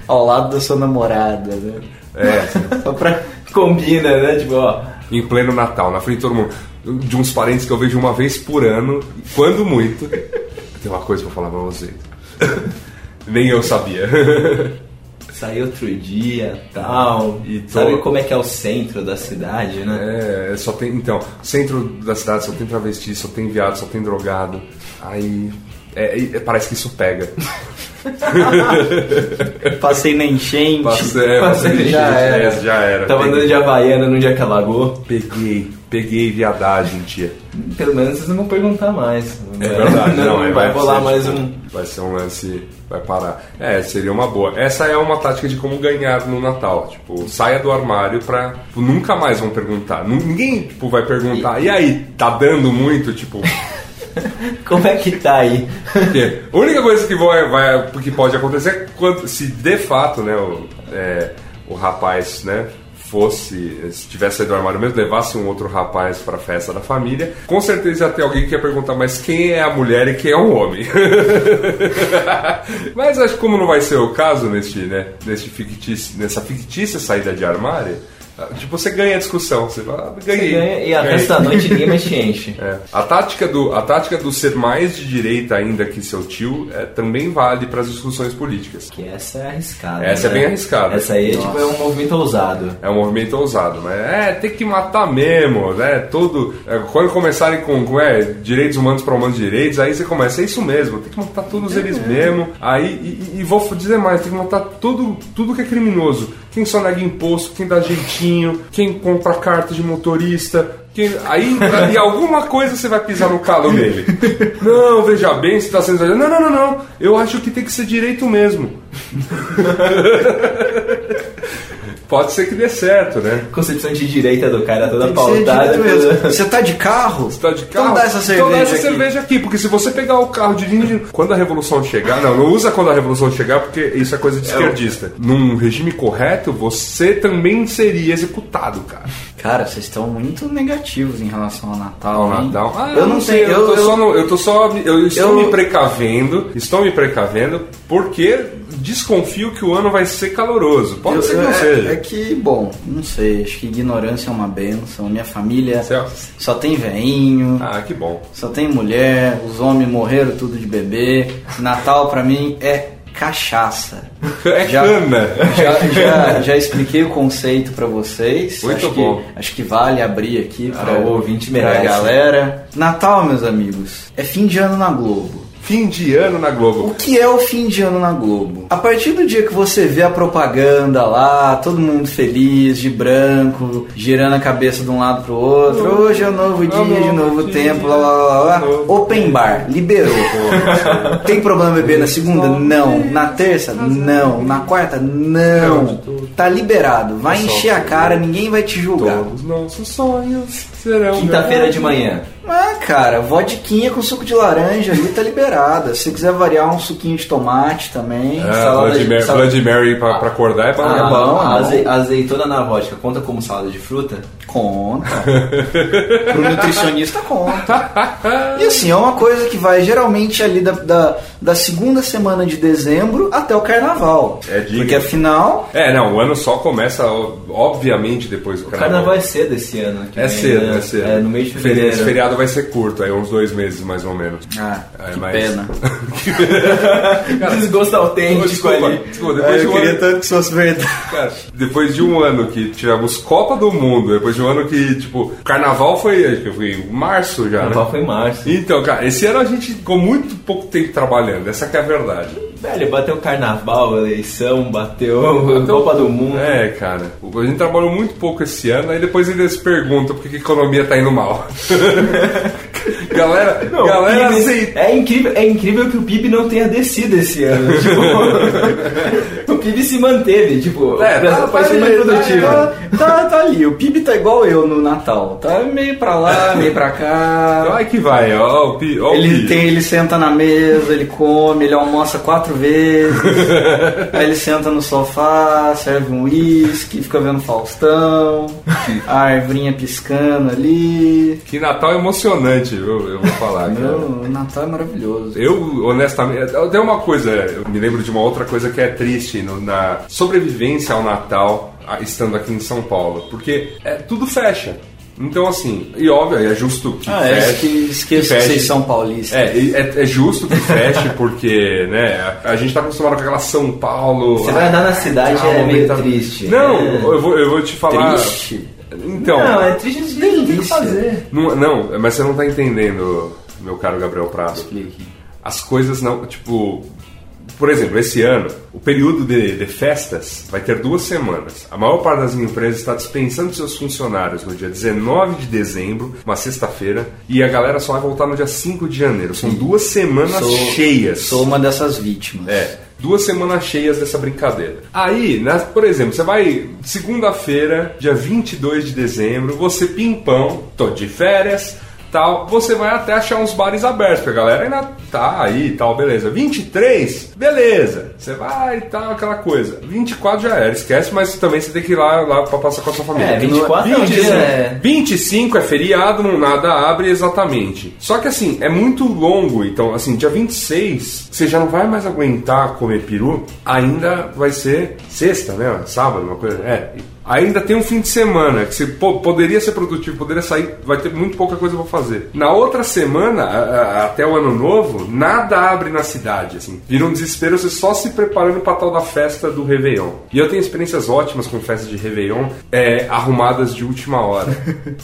Speaker 2: Ao lado da sua namorada, né?
Speaker 3: É,
Speaker 2: Só pra...
Speaker 4: Combina, né? Tipo, ó.
Speaker 3: em pleno Natal, na frente de todo mundo. De uns parentes que eu vejo uma vez por ano, quando muito. Tem uma coisa pra falar pra vocês. Nem eu sabia.
Speaker 4: Saí outro dia, tal.
Speaker 3: E tô-
Speaker 4: Sabe como é que é o centro da cidade, né?
Speaker 3: É, só tem. Então, centro da cidade só tem travesti, só tem viado, só tem drogado. Aí. é, é, parece que isso pega.
Speaker 2: Passei na enchente.
Speaker 3: Passa- é, passa-
Speaker 4: Já
Speaker 3: gente,
Speaker 2: era.
Speaker 3: é, já era.
Speaker 4: Tava andando
Speaker 3: peguei,
Speaker 4: de Havaiana num dia que alagou.
Speaker 3: peguei, peguei viadagem, tia.
Speaker 4: Pelo menos vocês não vão perguntar mais.
Speaker 3: É verdade, não, é,
Speaker 4: vai rolar
Speaker 3: ser,
Speaker 4: mais
Speaker 3: tipo,
Speaker 4: um.
Speaker 3: Vai ser um lance, vai parar. É, seria uma boa. Essa é uma tática de como ganhar no Natal. Tipo, saia do armário pra. tipo, nunca mais vão perguntar. Nu- Ninguém, tipo, vai perguntar. E, aí, tá dando muito? Tipo,
Speaker 4: Como é que tá aí?
Speaker 3: porque a única coisa que, vai, vai- que pode acontecer é quando, se de fato, né, o, é, o rapaz, né? fosse, se tivesse saído do armário mesmo, levasse um outro rapaz pra festa da família, com certeza ia ter alguém que ia perguntar, mas quem é a mulher e quem é o homem? Mas acho que como não vai ser o caso neste, né, neste fictício, nessa fictícia saída de armário, tipo, você ganha a discussão, você fala, ah, ganhei.
Speaker 4: Ganha- E a
Speaker 3: ganhei.
Speaker 4: festa da noite ninguém mais te enche.
Speaker 3: É. A, tática do, a tática do ser mais de direita ainda que seu tio é, também vale para as discussões políticas.
Speaker 4: Que essa é arriscada.
Speaker 3: Essa é
Speaker 4: né?
Speaker 3: bem arriscada.
Speaker 4: Essa aí tipo, é um movimento ousado.
Speaker 3: É um movimento ousado, né? É, tem que matar mesmo, né? Todo. é, quando começarem com, com, é, direitos humanos para humanos direitos, aí você começa, é isso mesmo, tem que matar todos eles mesmo. Aí, e, e- e vou dizer mais, tem que matar tudo, tudo que é criminoso. Quem só nega imposto, quem dá jeitinho, quem compra carta de motorista, que- aí, e alguma coisa você vai pisar no calo dele. Não, veja bem, você está sendo exagerado. Não, não, não, não. Eu acho que tem que ser direito mesmo. Pode ser que dê certo, né?
Speaker 4: Concepção de direita do cara toda
Speaker 2: Tem que ser
Speaker 4: pautada.
Speaker 2: direito é mesmo.
Speaker 4: toda-
Speaker 2: Você tá de carro?
Speaker 3: Você tá de carro?
Speaker 2: Então dá essa cerveja
Speaker 3: Então dá essa
Speaker 2: aqui.
Speaker 3: cerveja aqui, porque se você pegar o carro dirigindo. Quando a revolução chegar. Não, não usa quando a revolução chegar, porque isso é coisa de esquerdista. Num regime correto, você também seria executado, cara.
Speaker 2: Cara, vocês estão muito negativos em relação ao Natal.
Speaker 3: Ao
Speaker 2: hein?
Speaker 3: Natal. Ah,
Speaker 2: eu não sei,
Speaker 3: eu, tô
Speaker 2: eu-
Speaker 3: só no- eu tô só. Eu estou
Speaker 2: eu-
Speaker 3: me precavendo. Estou me precavendo porque desconfio que o ano vai ser caloroso. Pode
Speaker 2: Eu-
Speaker 3: ser que não
Speaker 2: é,
Speaker 3: seja.
Speaker 2: é que, bom, não sei, acho que ignorância é uma benção. Minha família
Speaker 3: Certo.
Speaker 2: só tem veinho,
Speaker 3: Ah, que bom.
Speaker 2: só tem mulher, os homens morreram tudo de bebê. Natal pra mim é cachaça.
Speaker 3: É cana.
Speaker 2: Já, já, já expliquei o conceito pra vocês.
Speaker 3: Muito
Speaker 2: acho
Speaker 3: bom. Ah,
Speaker 2: Que, acho que vale abrir aqui pra,
Speaker 4: o ouvinte
Speaker 2: pra
Speaker 4: merece.
Speaker 2: galera. Natal, meus amigos, é fim de ano na Globo.
Speaker 3: Fim de ano na
Speaker 2: O
Speaker 3: Globo.
Speaker 2: que é o fim de ano na Globo? A partir do dia que você vê a propaganda lá, todo mundo feliz, de branco, girando a cabeça de um lado pro outro, hoje é um novo dia, de novo
Speaker 3: dia,
Speaker 2: tempo, lá, lá, lá, lá.
Speaker 3: novo.
Speaker 2: Open bar, liberou. Tem problema beber na segunda? Não. Na terça? Não. Na quarta? Não. Tá liberado. Vai encher a cara, ninguém vai te julgar.
Speaker 3: Os nossos sonhos serão.
Speaker 4: Quinta-feira de manhã.
Speaker 2: Ah, cara, vodiquinha com suco de laranja ali tá liberada. Se quiser variar um suquinho de tomate também.
Speaker 3: Ah, Bloody Mary,
Speaker 4: salada-
Speaker 3: Bloody Mary pra, pra acordar é bom.
Speaker 4: Ah,
Speaker 3: é bom.
Speaker 2: bom,
Speaker 4: a
Speaker 2: é bom.
Speaker 4: aze- azeitona na vodka conta como salada de fruta?
Speaker 2: Conta. Pro nutricionista conta. E assim, é uma coisa que vai geralmente ali da, da, da segunda semana de dezembro até o carnaval.
Speaker 3: É digno.
Speaker 2: Porque afinal,
Speaker 3: É, não, o ano só começa, ó, obviamente, depois do
Speaker 4: O
Speaker 3: carnaval.
Speaker 4: carnaval é cedo esse ano. que
Speaker 3: Tá É
Speaker 4: vem,
Speaker 3: cedo,
Speaker 4: né?
Speaker 3: é cedo.
Speaker 4: É no mês de
Speaker 3: Feri-
Speaker 4: fevereiro.
Speaker 3: Esse feriado vai ser curto, aí uns dois meses mais ou menos.
Speaker 2: ah,
Speaker 3: É,
Speaker 2: que
Speaker 3: mas-
Speaker 2: pena.
Speaker 4: Desgosto
Speaker 3: Ô,
Speaker 4: autêntico
Speaker 3: desculpa,
Speaker 4: ali.
Speaker 3: desculpa, depois de um ano.
Speaker 2: tanto que fosse verdade.
Speaker 3: Cara, depois de um ano que tivemos Copa do Mundo, depois de um ano que, tipo, carnaval foi, acho que foi em março já,
Speaker 4: Carnaval
Speaker 3: né?
Speaker 4: foi em março.
Speaker 3: Então, cara, esse ano a gente ficou muito pouco tempo trabalhando, essa que é a verdade.
Speaker 4: Velho, bateu carnaval, eleição, bateu,
Speaker 3: Bateu-
Speaker 4: Copa do Mundo.
Speaker 3: É, cara. A gente trabalhou muito pouco esse ano, aí depois eles perguntam por que que a economia tá indo mal. galera,
Speaker 4: Não,
Speaker 3: galera
Speaker 4: o PIB-
Speaker 2: assim,
Speaker 3: aceitou.
Speaker 4: é incrível, é incrível que o PIB não tenha descido esse ano. tipo, o PIB se manteve, tipo,
Speaker 3: É,
Speaker 4: pra-
Speaker 3: tá-
Speaker 4: pra
Speaker 3: tá
Speaker 4: ser
Speaker 3: ali,
Speaker 4: mais
Speaker 3: tá-
Speaker 4: produtivo.
Speaker 2: Tá, tá, tá ali, o PIB tá igual eu no Natal. Tá meio pra lá, meio pra cá.
Speaker 3: Vai que vai, ó, o pi, ó o
Speaker 2: Ele
Speaker 3: pi.
Speaker 2: tem, ele senta na mesa, ele come, ele almoça quatro vezes, aí ele senta no sofá, serve um uísque, fica vendo Faustão, a arvrinha piscando ali.
Speaker 3: Que Natal é emocionante, eu, eu vou falar. cara.
Speaker 2: Meu, o Natal é maravilhoso.
Speaker 3: Eu, honestamente, eu- tem uma coisa, eu me lembro de uma outra coisa que é triste no- na sobrevivência ao Natal, a- estando aqui em São Paulo, porque é, tudo fecha. Então, assim, e óbvio, é justo que
Speaker 2: Ah, é,
Speaker 3: feche.
Speaker 2: que esqueço que,
Speaker 3: feche.
Speaker 2: vocês são paulistas.
Speaker 3: É, e é, é justo que feche, porque, né, a, a gente tá acostumado com aquela São Paulo.
Speaker 4: Você vai andar na cidade
Speaker 3: Calma,
Speaker 4: é meio
Speaker 3: tá-
Speaker 4: triste.
Speaker 3: Não,
Speaker 4: É.
Speaker 3: eu, vou, eu vou te falar.
Speaker 2: Triste?
Speaker 3: Então.
Speaker 4: Não, é triste de não tem o que fazer.
Speaker 3: Não, não, mas você não tá entendendo, meu caro Gabriel Prado.
Speaker 2: Explique.
Speaker 3: As coisas não, tipo, por exemplo, esse ano, o período de, de festas vai ter duas semanas. A maior parte das empresas está dispensando seus funcionários no dia 19 de dezembro, uma sexta-feira, e a galera só vai voltar no dia 5 de janeiro. São duas semanas
Speaker 2: Sou-
Speaker 3: cheias.
Speaker 2: Sou uma dessas vítimas.
Speaker 3: É, duas semanas cheias dessa brincadeira. Aí, né, por exemplo, você vai segunda-feira, dia 22 de dezembro, você pimpão, tô de férias, tal, você vai até achar uns bares abertos, porque a galera ainda tá aí, tal, beleza. 23, beleza. Você vai e tal, aquela coisa. 24 já era, esquece, mas também você tem que ir lá, lá pra passar com a sua família.
Speaker 4: É, 24 é um dia, né?
Speaker 3: 25 é feriado, não nada abre exatamente. Só que assim, é muito longo, então assim, dia 26, você já não vai mais aguentar comer peru, ainda vai ser sexta, né? Sábado, uma coisa. É. Ainda tem um fim de semana que você pô, poderia ser produtivo, poderia sair, vai ter muito pouca coisa pra fazer. Na outra semana, a- a- até o ano novo, nada abre na cidade, assim. Vira um desespero você só se preparando pra tal da festa do Réveillon. E eu tenho experiências ótimas com festa de Réveillon, é, arrumadas de última hora.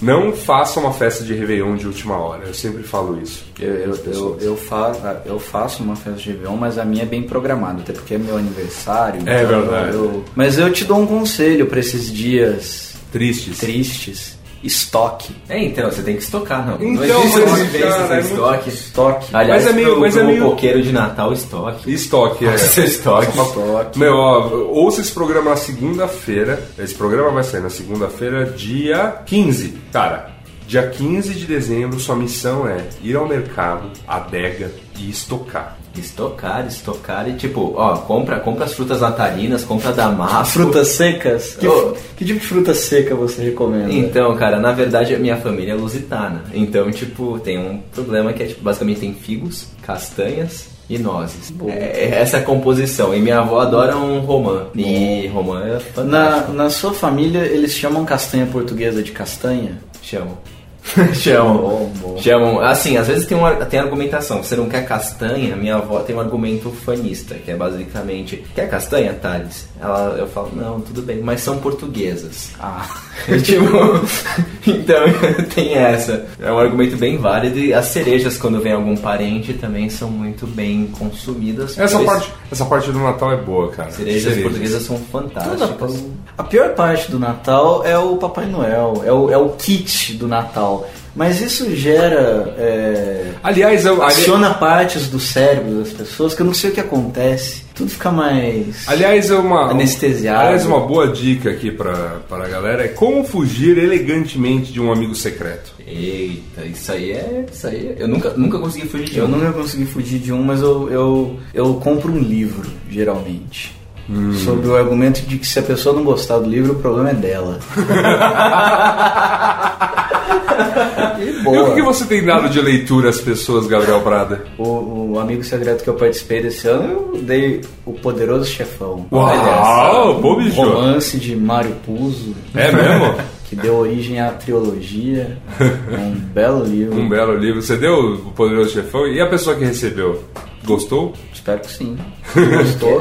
Speaker 3: Não faça uma festa de Réveillon de última hora, eu sempre falo isso. É,
Speaker 2: Eu, eu, eu, eu, faço, eu faço uma festa de Réveillon, mas a minha é bem programada, até porque é meu aniversário.
Speaker 3: É
Speaker 2: então
Speaker 3: verdade.
Speaker 2: eu- mas eu te dou um conselho pra esses dias
Speaker 3: Tristes.
Speaker 2: tristes. Estoque.
Speaker 4: É, então, você tem que estocar, não.
Speaker 3: Então,
Speaker 4: não existe
Speaker 3: mas,
Speaker 4: sobrevivência
Speaker 3: cara,
Speaker 4: sem
Speaker 3: é muito-
Speaker 4: estoque.
Speaker 2: Estoque.
Speaker 4: Aliás,
Speaker 3: Mas é meio-
Speaker 4: pro,
Speaker 3: mas é
Speaker 4: pro
Speaker 3: meio-
Speaker 4: roqueiro de Natal, estoque.
Speaker 3: E estoque, é.
Speaker 4: Seu estoque.
Speaker 2: Estoque.
Speaker 3: Meu, ó, ouça esse programa na segunda-feira. Esse programa vai sair na segunda-feira, dia 15. Cara, dia 15 de dezembro, sua missão é ir ao mercado, adega e estocar.
Speaker 4: Estocar, estocar e tipo, ó, compra, compra as frutas natalinas, compra damasco.
Speaker 2: Frutas secas? Que,
Speaker 4: Ô.
Speaker 2: que tipo de fruta seca você recomenda?
Speaker 4: Então, cara, na verdade a minha família é lusitana. Então, tipo, tem um problema que é, tipo, basicamente tem figos, castanhas e nozes. É, é essa é a composição. E minha avó adora um romã. E romã é
Speaker 2: na,
Speaker 4: fantástico.
Speaker 2: na sua família, eles chamam castanha portuguesa de castanha?
Speaker 4: Chamam. Chamam.
Speaker 2: Bom, bom.
Speaker 4: Chamam. Assim, às vezes tem, um, ar- tem argumentação. Você não quer castanha? Minha avó tem um argumento fanista, que é basicamente: quer castanha, Thales? Ela, eu falo: não, tudo bem, mas são portuguesas.
Speaker 2: Ah.
Speaker 4: tipo, então tem essa. É um argumento bem válido. E as cerejas, quando vem algum parente, também são muito bem consumidas.
Speaker 3: Essa
Speaker 4: pois
Speaker 3: parte, essa parte do Natal é boa, cara.
Speaker 4: Cerejas,
Speaker 3: Cerejas.
Speaker 4: portuguesas são fantásticas.
Speaker 2: A pior parte do Natal é o Papai Noel, é o, é o kit do Natal. Mas isso gera. é,
Speaker 3: Aliás, eu, ali-
Speaker 2: aciona partes do cérebro das pessoas que eu não sei o que acontece. Tudo fica mais.
Speaker 3: Aliás, é uma
Speaker 2: Anestesiado.
Speaker 3: Aliás, uma boa dica aqui pra, pra galera é como fugir elegantemente de um amigo secreto.
Speaker 4: Eita, isso aí é. Isso aí é- Eu nunca, nunca consegui fugir de
Speaker 2: Eu
Speaker 4: um.
Speaker 2: nunca consegui fugir de um, mas eu, eu, eu compro um livro, geralmente. Sobre o argumento de que se a pessoa não gostar do livro, o problema é dela. E
Speaker 3: E o
Speaker 2: boa.
Speaker 3: que que você tem dado de leitura às pessoas, Gabriel Prada?
Speaker 2: O, o amigo secreto que eu participei desse ano, eu dei o Poderoso Chefão.
Speaker 3: Uau, pô, bicho.
Speaker 2: Romance de Mário Puzo,
Speaker 3: É mesmo?
Speaker 2: que deu origem à trilogia. É um belo livro.
Speaker 3: Um belo livro. Você deu o Poderoso Chefão e a pessoa que recebeu? Gostou?
Speaker 2: Espero que sim.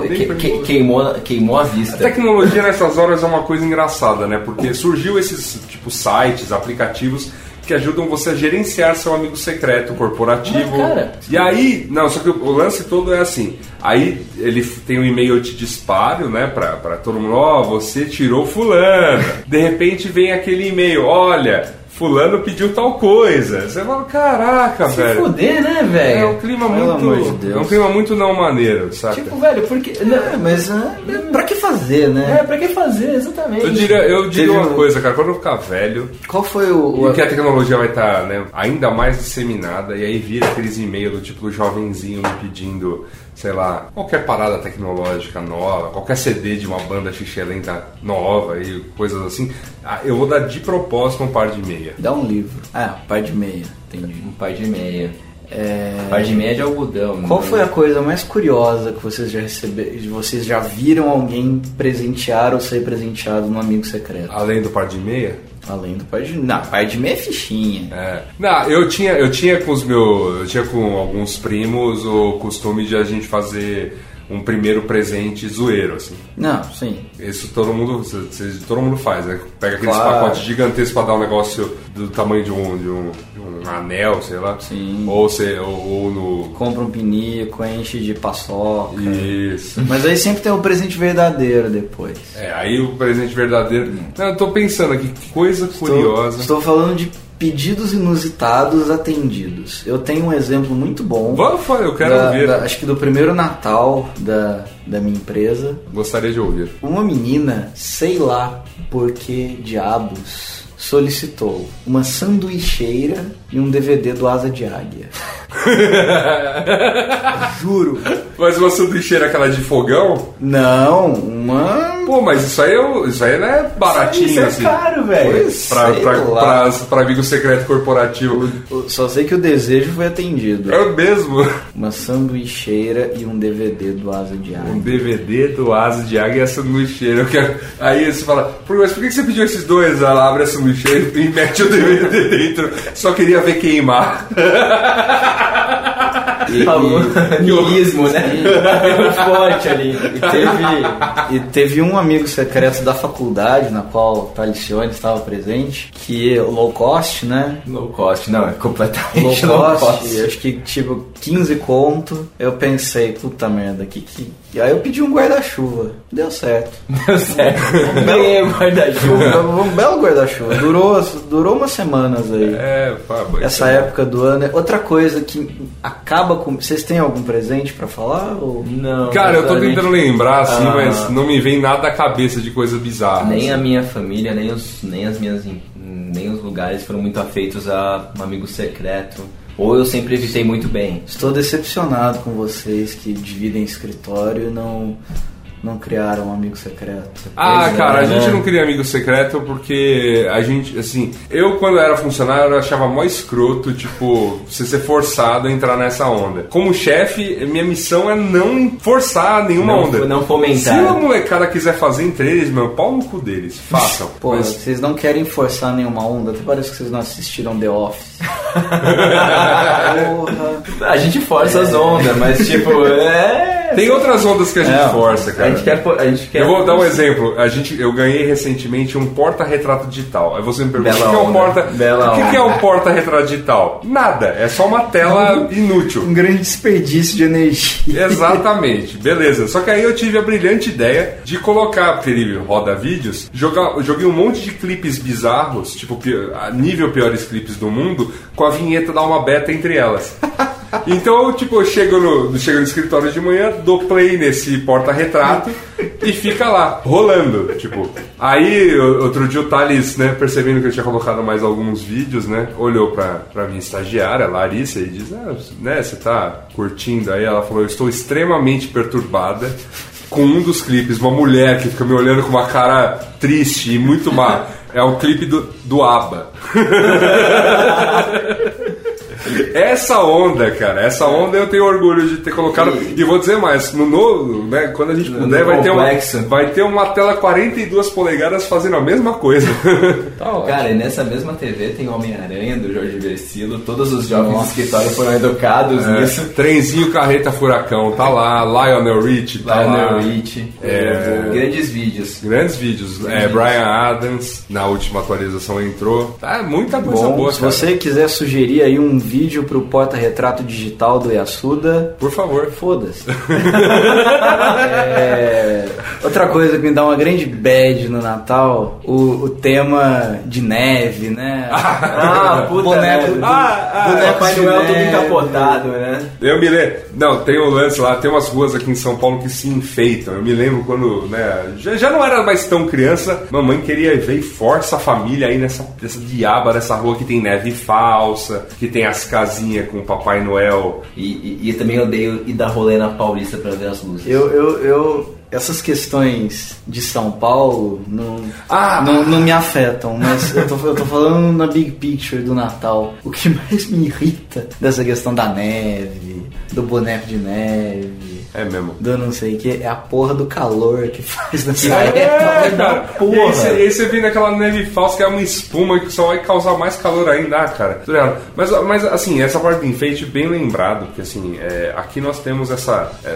Speaker 4: Que- que- que- queimou, queimou a vista.
Speaker 3: A tecnologia nessas horas é uma coisa engraçada, né? Porque surgiu esses tipo sites, aplicativos que ajudam você a gerenciar seu amigo secreto corporativo.
Speaker 2: Mas, cara,
Speaker 3: E aí, não, só que o lance todo é assim. Aí ele f- tem um e-mail de disparo, né, pra, pra todo mundo, ó, você tirou fulana. De repente vem aquele e-mail, olha, fulano pediu tal coisa. Você fala, caraca,
Speaker 4: Se
Speaker 3: velho.
Speaker 4: fuder, né, velho?
Speaker 3: É um clima
Speaker 2: Pelo
Speaker 3: muito.
Speaker 2: amor de Deus.
Speaker 3: É um clima muito não maneiro, sabe?
Speaker 4: Tipo, velho, porque.
Speaker 2: É,
Speaker 4: Não,
Speaker 2: mas é, pra que fazer, né?
Speaker 4: é, pra que fazer? Exatamente.
Speaker 3: eu diria, eu diria
Speaker 2: Teve
Speaker 3: uma
Speaker 2: um-
Speaker 3: coisa, cara, quando eu ficar velho,
Speaker 2: Qual foi o. o-
Speaker 3: e que a tecnologia vai estar né, ainda mais disseminada, e aí vira aqueles e-mails do tipo do jovenzinho me pedindo, sei lá, qualquer parada tecnológica nova, qualquer CD de uma banda xixelenta nova e coisas assim, ah, eu vou dar de propósito um par de meia.
Speaker 2: Dá um livro. Ah, par de meia, entendi.
Speaker 4: Um par de meia.
Speaker 2: É,
Speaker 4: Um par de meia de algodão.
Speaker 2: Qual
Speaker 4: né?
Speaker 2: foi a coisa mais curiosa que vocês já receberam? Vocês já viram alguém presentear ou ser presenteado num amigo secreto?
Speaker 3: Além do par de meia,
Speaker 2: Além do par de. Não, par de meia é fichinha.
Speaker 3: É. Não, eu tinha, eu tinha com os meus. Eu tinha com alguns primos o costume de a gente fazer um primeiro presente zoeiro, assim.
Speaker 2: Não, sim.
Speaker 3: Isso todo mundo, cê- cê- todo mundo faz, né? Pega aqueles
Speaker 2: Claro.
Speaker 3: pacotes gigantescos pra dar um negócio do tamanho de um, de um, de um anel, sei lá.
Speaker 2: Sim.
Speaker 3: Ou, cê, ou, ou no.
Speaker 2: Compra um pinico, enche de paçoca.
Speaker 3: Isso.
Speaker 2: Mas aí sempre tem o presente verdadeiro depois.
Speaker 3: É, aí o presente verdadeiro. Não, eu tô pensando aqui, que coisa
Speaker 2: Estou-
Speaker 3: curiosa.
Speaker 2: Estou falando de pedidos inusitados atendidos. Eu tenho um exemplo muito bom.
Speaker 3: Vamos, fa- eu quero
Speaker 2: da-
Speaker 3: ouvir.
Speaker 2: da- acho que do primeiro Natal da, da minha empresa.
Speaker 3: Gostaria de ouvir.
Speaker 2: Uma menina, sei lá por que diabos, solicitou uma sanduicheira e um DVD do Asa de Águia. Juro.
Speaker 3: Mas uma sanduicheira aquela de fogão?
Speaker 2: Não, uma.
Speaker 3: Pô, mas isso aí, eu- isso aí não é baratinho,
Speaker 2: Isso é
Speaker 3: assim.
Speaker 2: caro, velho.
Speaker 3: Pois, Pra,
Speaker 2: Sei
Speaker 3: pra,
Speaker 2: lá.
Speaker 3: pra, pra amigo secreto corporativo.
Speaker 2: Eu Só sei que o desejo foi atendido.
Speaker 3: É o mesmo.
Speaker 2: Uma sanduicheira e um DVD do Asa de
Speaker 3: Um
Speaker 2: Águia.
Speaker 3: DVD do Asa de Águia e a sanduicheira. Eu quero- Aí você fala, "Por- mas por que você pediu esses dois? Ela abre a sanduicheira e mete o DVD dentro. Só queria ver queimar.
Speaker 2: E,
Speaker 4: Nilismo, né? Teve um forte ali.
Speaker 2: e teve, e teve um amigo secreto da faculdade, na qual o Talicione estava presente, que é o low cost, né?
Speaker 4: Low cost, não, é
Speaker 2: Low cost,
Speaker 4: completamente low cost.
Speaker 2: acho que tipo 15 conto. Eu pensei, puta merda, que que. E aí eu pedi um guarda-chuva. Deu certo.
Speaker 4: Deu certo. Ganhei o é guarda-chuva.
Speaker 2: Um, um belo guarda-chuva. Durou, durou umas semanas aí.
Speaker 3: É, pá, mas-
Speaker 2: Essa época do ano. é Outra coisa que acaba com. Vocês têm algum presente pra falar? Ou...
Speaker 4: Não,
Speaker 3: Cara, eu tô
Speaker 4: exatamente.
Speaker 3: tentando lembrar, assim,
Speaker 4: Ah.
Speaker 3: mas não me vem nada à cabeça de coisa bizarra.
Speaker 4: Nem a
Speaker 3: assim.
Speaker 4: minha família, nem, os, nem as minhas. em- Nem os lugares foram muito afeitos a um amigo secreto. Ou eu sempre evitei muito bem.
Speaker 2: Estou decepcionado com vocês que dividem escritório e não, não criaram um amigo secreto.
Speaker 3: Ah,
Speaker 4: Pois é,
Speaker 3: cara, a
Speaker 4: né?
Speaker 3: gente não queria amigo secreto porque a gente, assim, eu quando era funcionário eu achava mó escroto, tipo, você ser forçado a entrar nessa onda. Como chefe, minha missão é não forçar nenhuma
Speaker 4: Não-
Speaker 3: onda.
Speaker 4: não fomentar.
Speaker 3: Se a molecada quiser fazer entre eles, meu, pau no cu deles, façam.
Speaker 2: Pô,
Speaker 3: Mas-
Speaker 2: vocês não querem forçar nenhuma onda? Até parece que vocês não assistiram The Office. Porra.
Speaker 4: A gente força
Speaker 3: É.
Speaker 4: as ondas, mas tipo, é.
Speaker 3: tem outras ondas que a gente
Speaker 2: É,
Speaker 3: força, cara.
Speaker 4: A gente quer. A gente quer
Speaker 3: Eu vou dar um exemplo. A gente, eu ganhei recentemente um porta-retrato digital. Aí você me pergunta,
Speaker 4: Bela
Speaker 3: o que é um
Speaker 4: onda.
Speaker 3: porta,
Speaker 4: Bela
Speaker 3: o que que é um
Speaker 4: onda.
Speaker 3: porta-retrato digital? Nada, é só uma tela inútil.
Speaker 2: Um grande desperdício de energia.
Speaker 3: Exatamente, beleza. Só que aí eu tive a brilhante ideia de colocar, porque ele roda vídeos, jogar, joguei um monte de clipes bizarros, tipo, pi- a nível piores clipes do mundo, com a vinheta da uma beta entre elas. Então, tipo, eu chego no, chego no escritório de manhã, dou play nesse porta-retrato e fica lá, rolando. Tipo, aí o- outro dia o Thales, né, percebendo que eu tinha colocado mais alguns vídeos, né, olhou pra, pra minha estagiária, Larissa, e diz: ah, né, você tá curtindo aí? Ela falou: eu estou extremamente perturbada com um dos clipes, uma mulher que fica me olhando com uma cara triste e muito má. É o clipe do, do ABBA. Essa onda, cara, essa onda eu tenho orgulho de ter colocado. E vou dizer mais, no novo, né? Quando a gente
Speaker 4: No
Speaker 3: puder, vai ter,
Speaker 4: complexo.
Speaker 3: uma, vai ter uma tela 42 polegadas fazendo a mesma coisa.
Speaker 4: Cara, e nessa mesma TV tem o Homem-Aranha do Jorge Versilo. Todos os jovens do escritório foram educados
Speaker 3: É.
Speaker 4: nisso.
Speaker 3: Trenzinho Carreta Furacão, tá lá, Lionel Rich, tá lá.
Speaker 4: Lionel Rich.
Speaker 3: É.
Speaker 4: Grandes vídeos.
Speaker 3: Grandes vídeos. É, Brian Adams, na última atualização entrou. Tá, muita coisa
Speaker 2: Bom,
Speaker 3: boa,
Speaker 2: se
Speaker 3: cara.
Speaker 2: você quiser sugerir aí um vídeo pro porta-retrato digital do Yasuda,
Speaker 3: Por favor.
Speaker 2: foda-se. É, Outra coisa que me dá uma grande bad no Natal, o, o tema de neve, né?
Speaker 4: Ah, puta,
Speaker 2: boneco
Speaker 4: né?
Speaker 2: do,
Speaker 3: Ah, ah,
Speaker 2: boneco
Speaker 4: O Papai
Speaker 2: de
Speaker 4: Noel todo
Speaker 2: neve.
Speaker 4: encapotado, né?
Speaker 3: Eu me lembro. Não, tem um lance lá, tem umas ruas aqui em São Paulo que se enfeitam. Eu me lembro quando, né? Já, já não era mais tão criança. Mamãe queria ver e força a família aí nessa, nessa diaba dessa rua que tem neve falsa, que tem as casinhas com o Papai Noel.
Speaker 4: E, e- e também odeio ir dar rolê na Paulista pra ver as luzes.
Speaker 2: Eu, eu, eu, essas questões de São Paulo não,
Speaker 3: Ah!
Speaker 2: não, não me afetam, mas eu tô, eu tô falando na big picture do Natal. O que mais me irrita dessa questão da neve, do boneco de neve,
Speaker 3: É mesmo.
Speaker 2: do não sei o que, é a porra do calor que faz nessa época.
Speaker 3: É, cara.
Speaker 4: porra.
Speaker 3: E aí você- e aí você vem naquela neve falsa que é uma espuma que só vai causar mais calor ainda, ah, cara. Tô ligado. Mas, mas assim, essa parte do enfeite, bem lembrado, porque assim, é, aqui nós temos essa. é,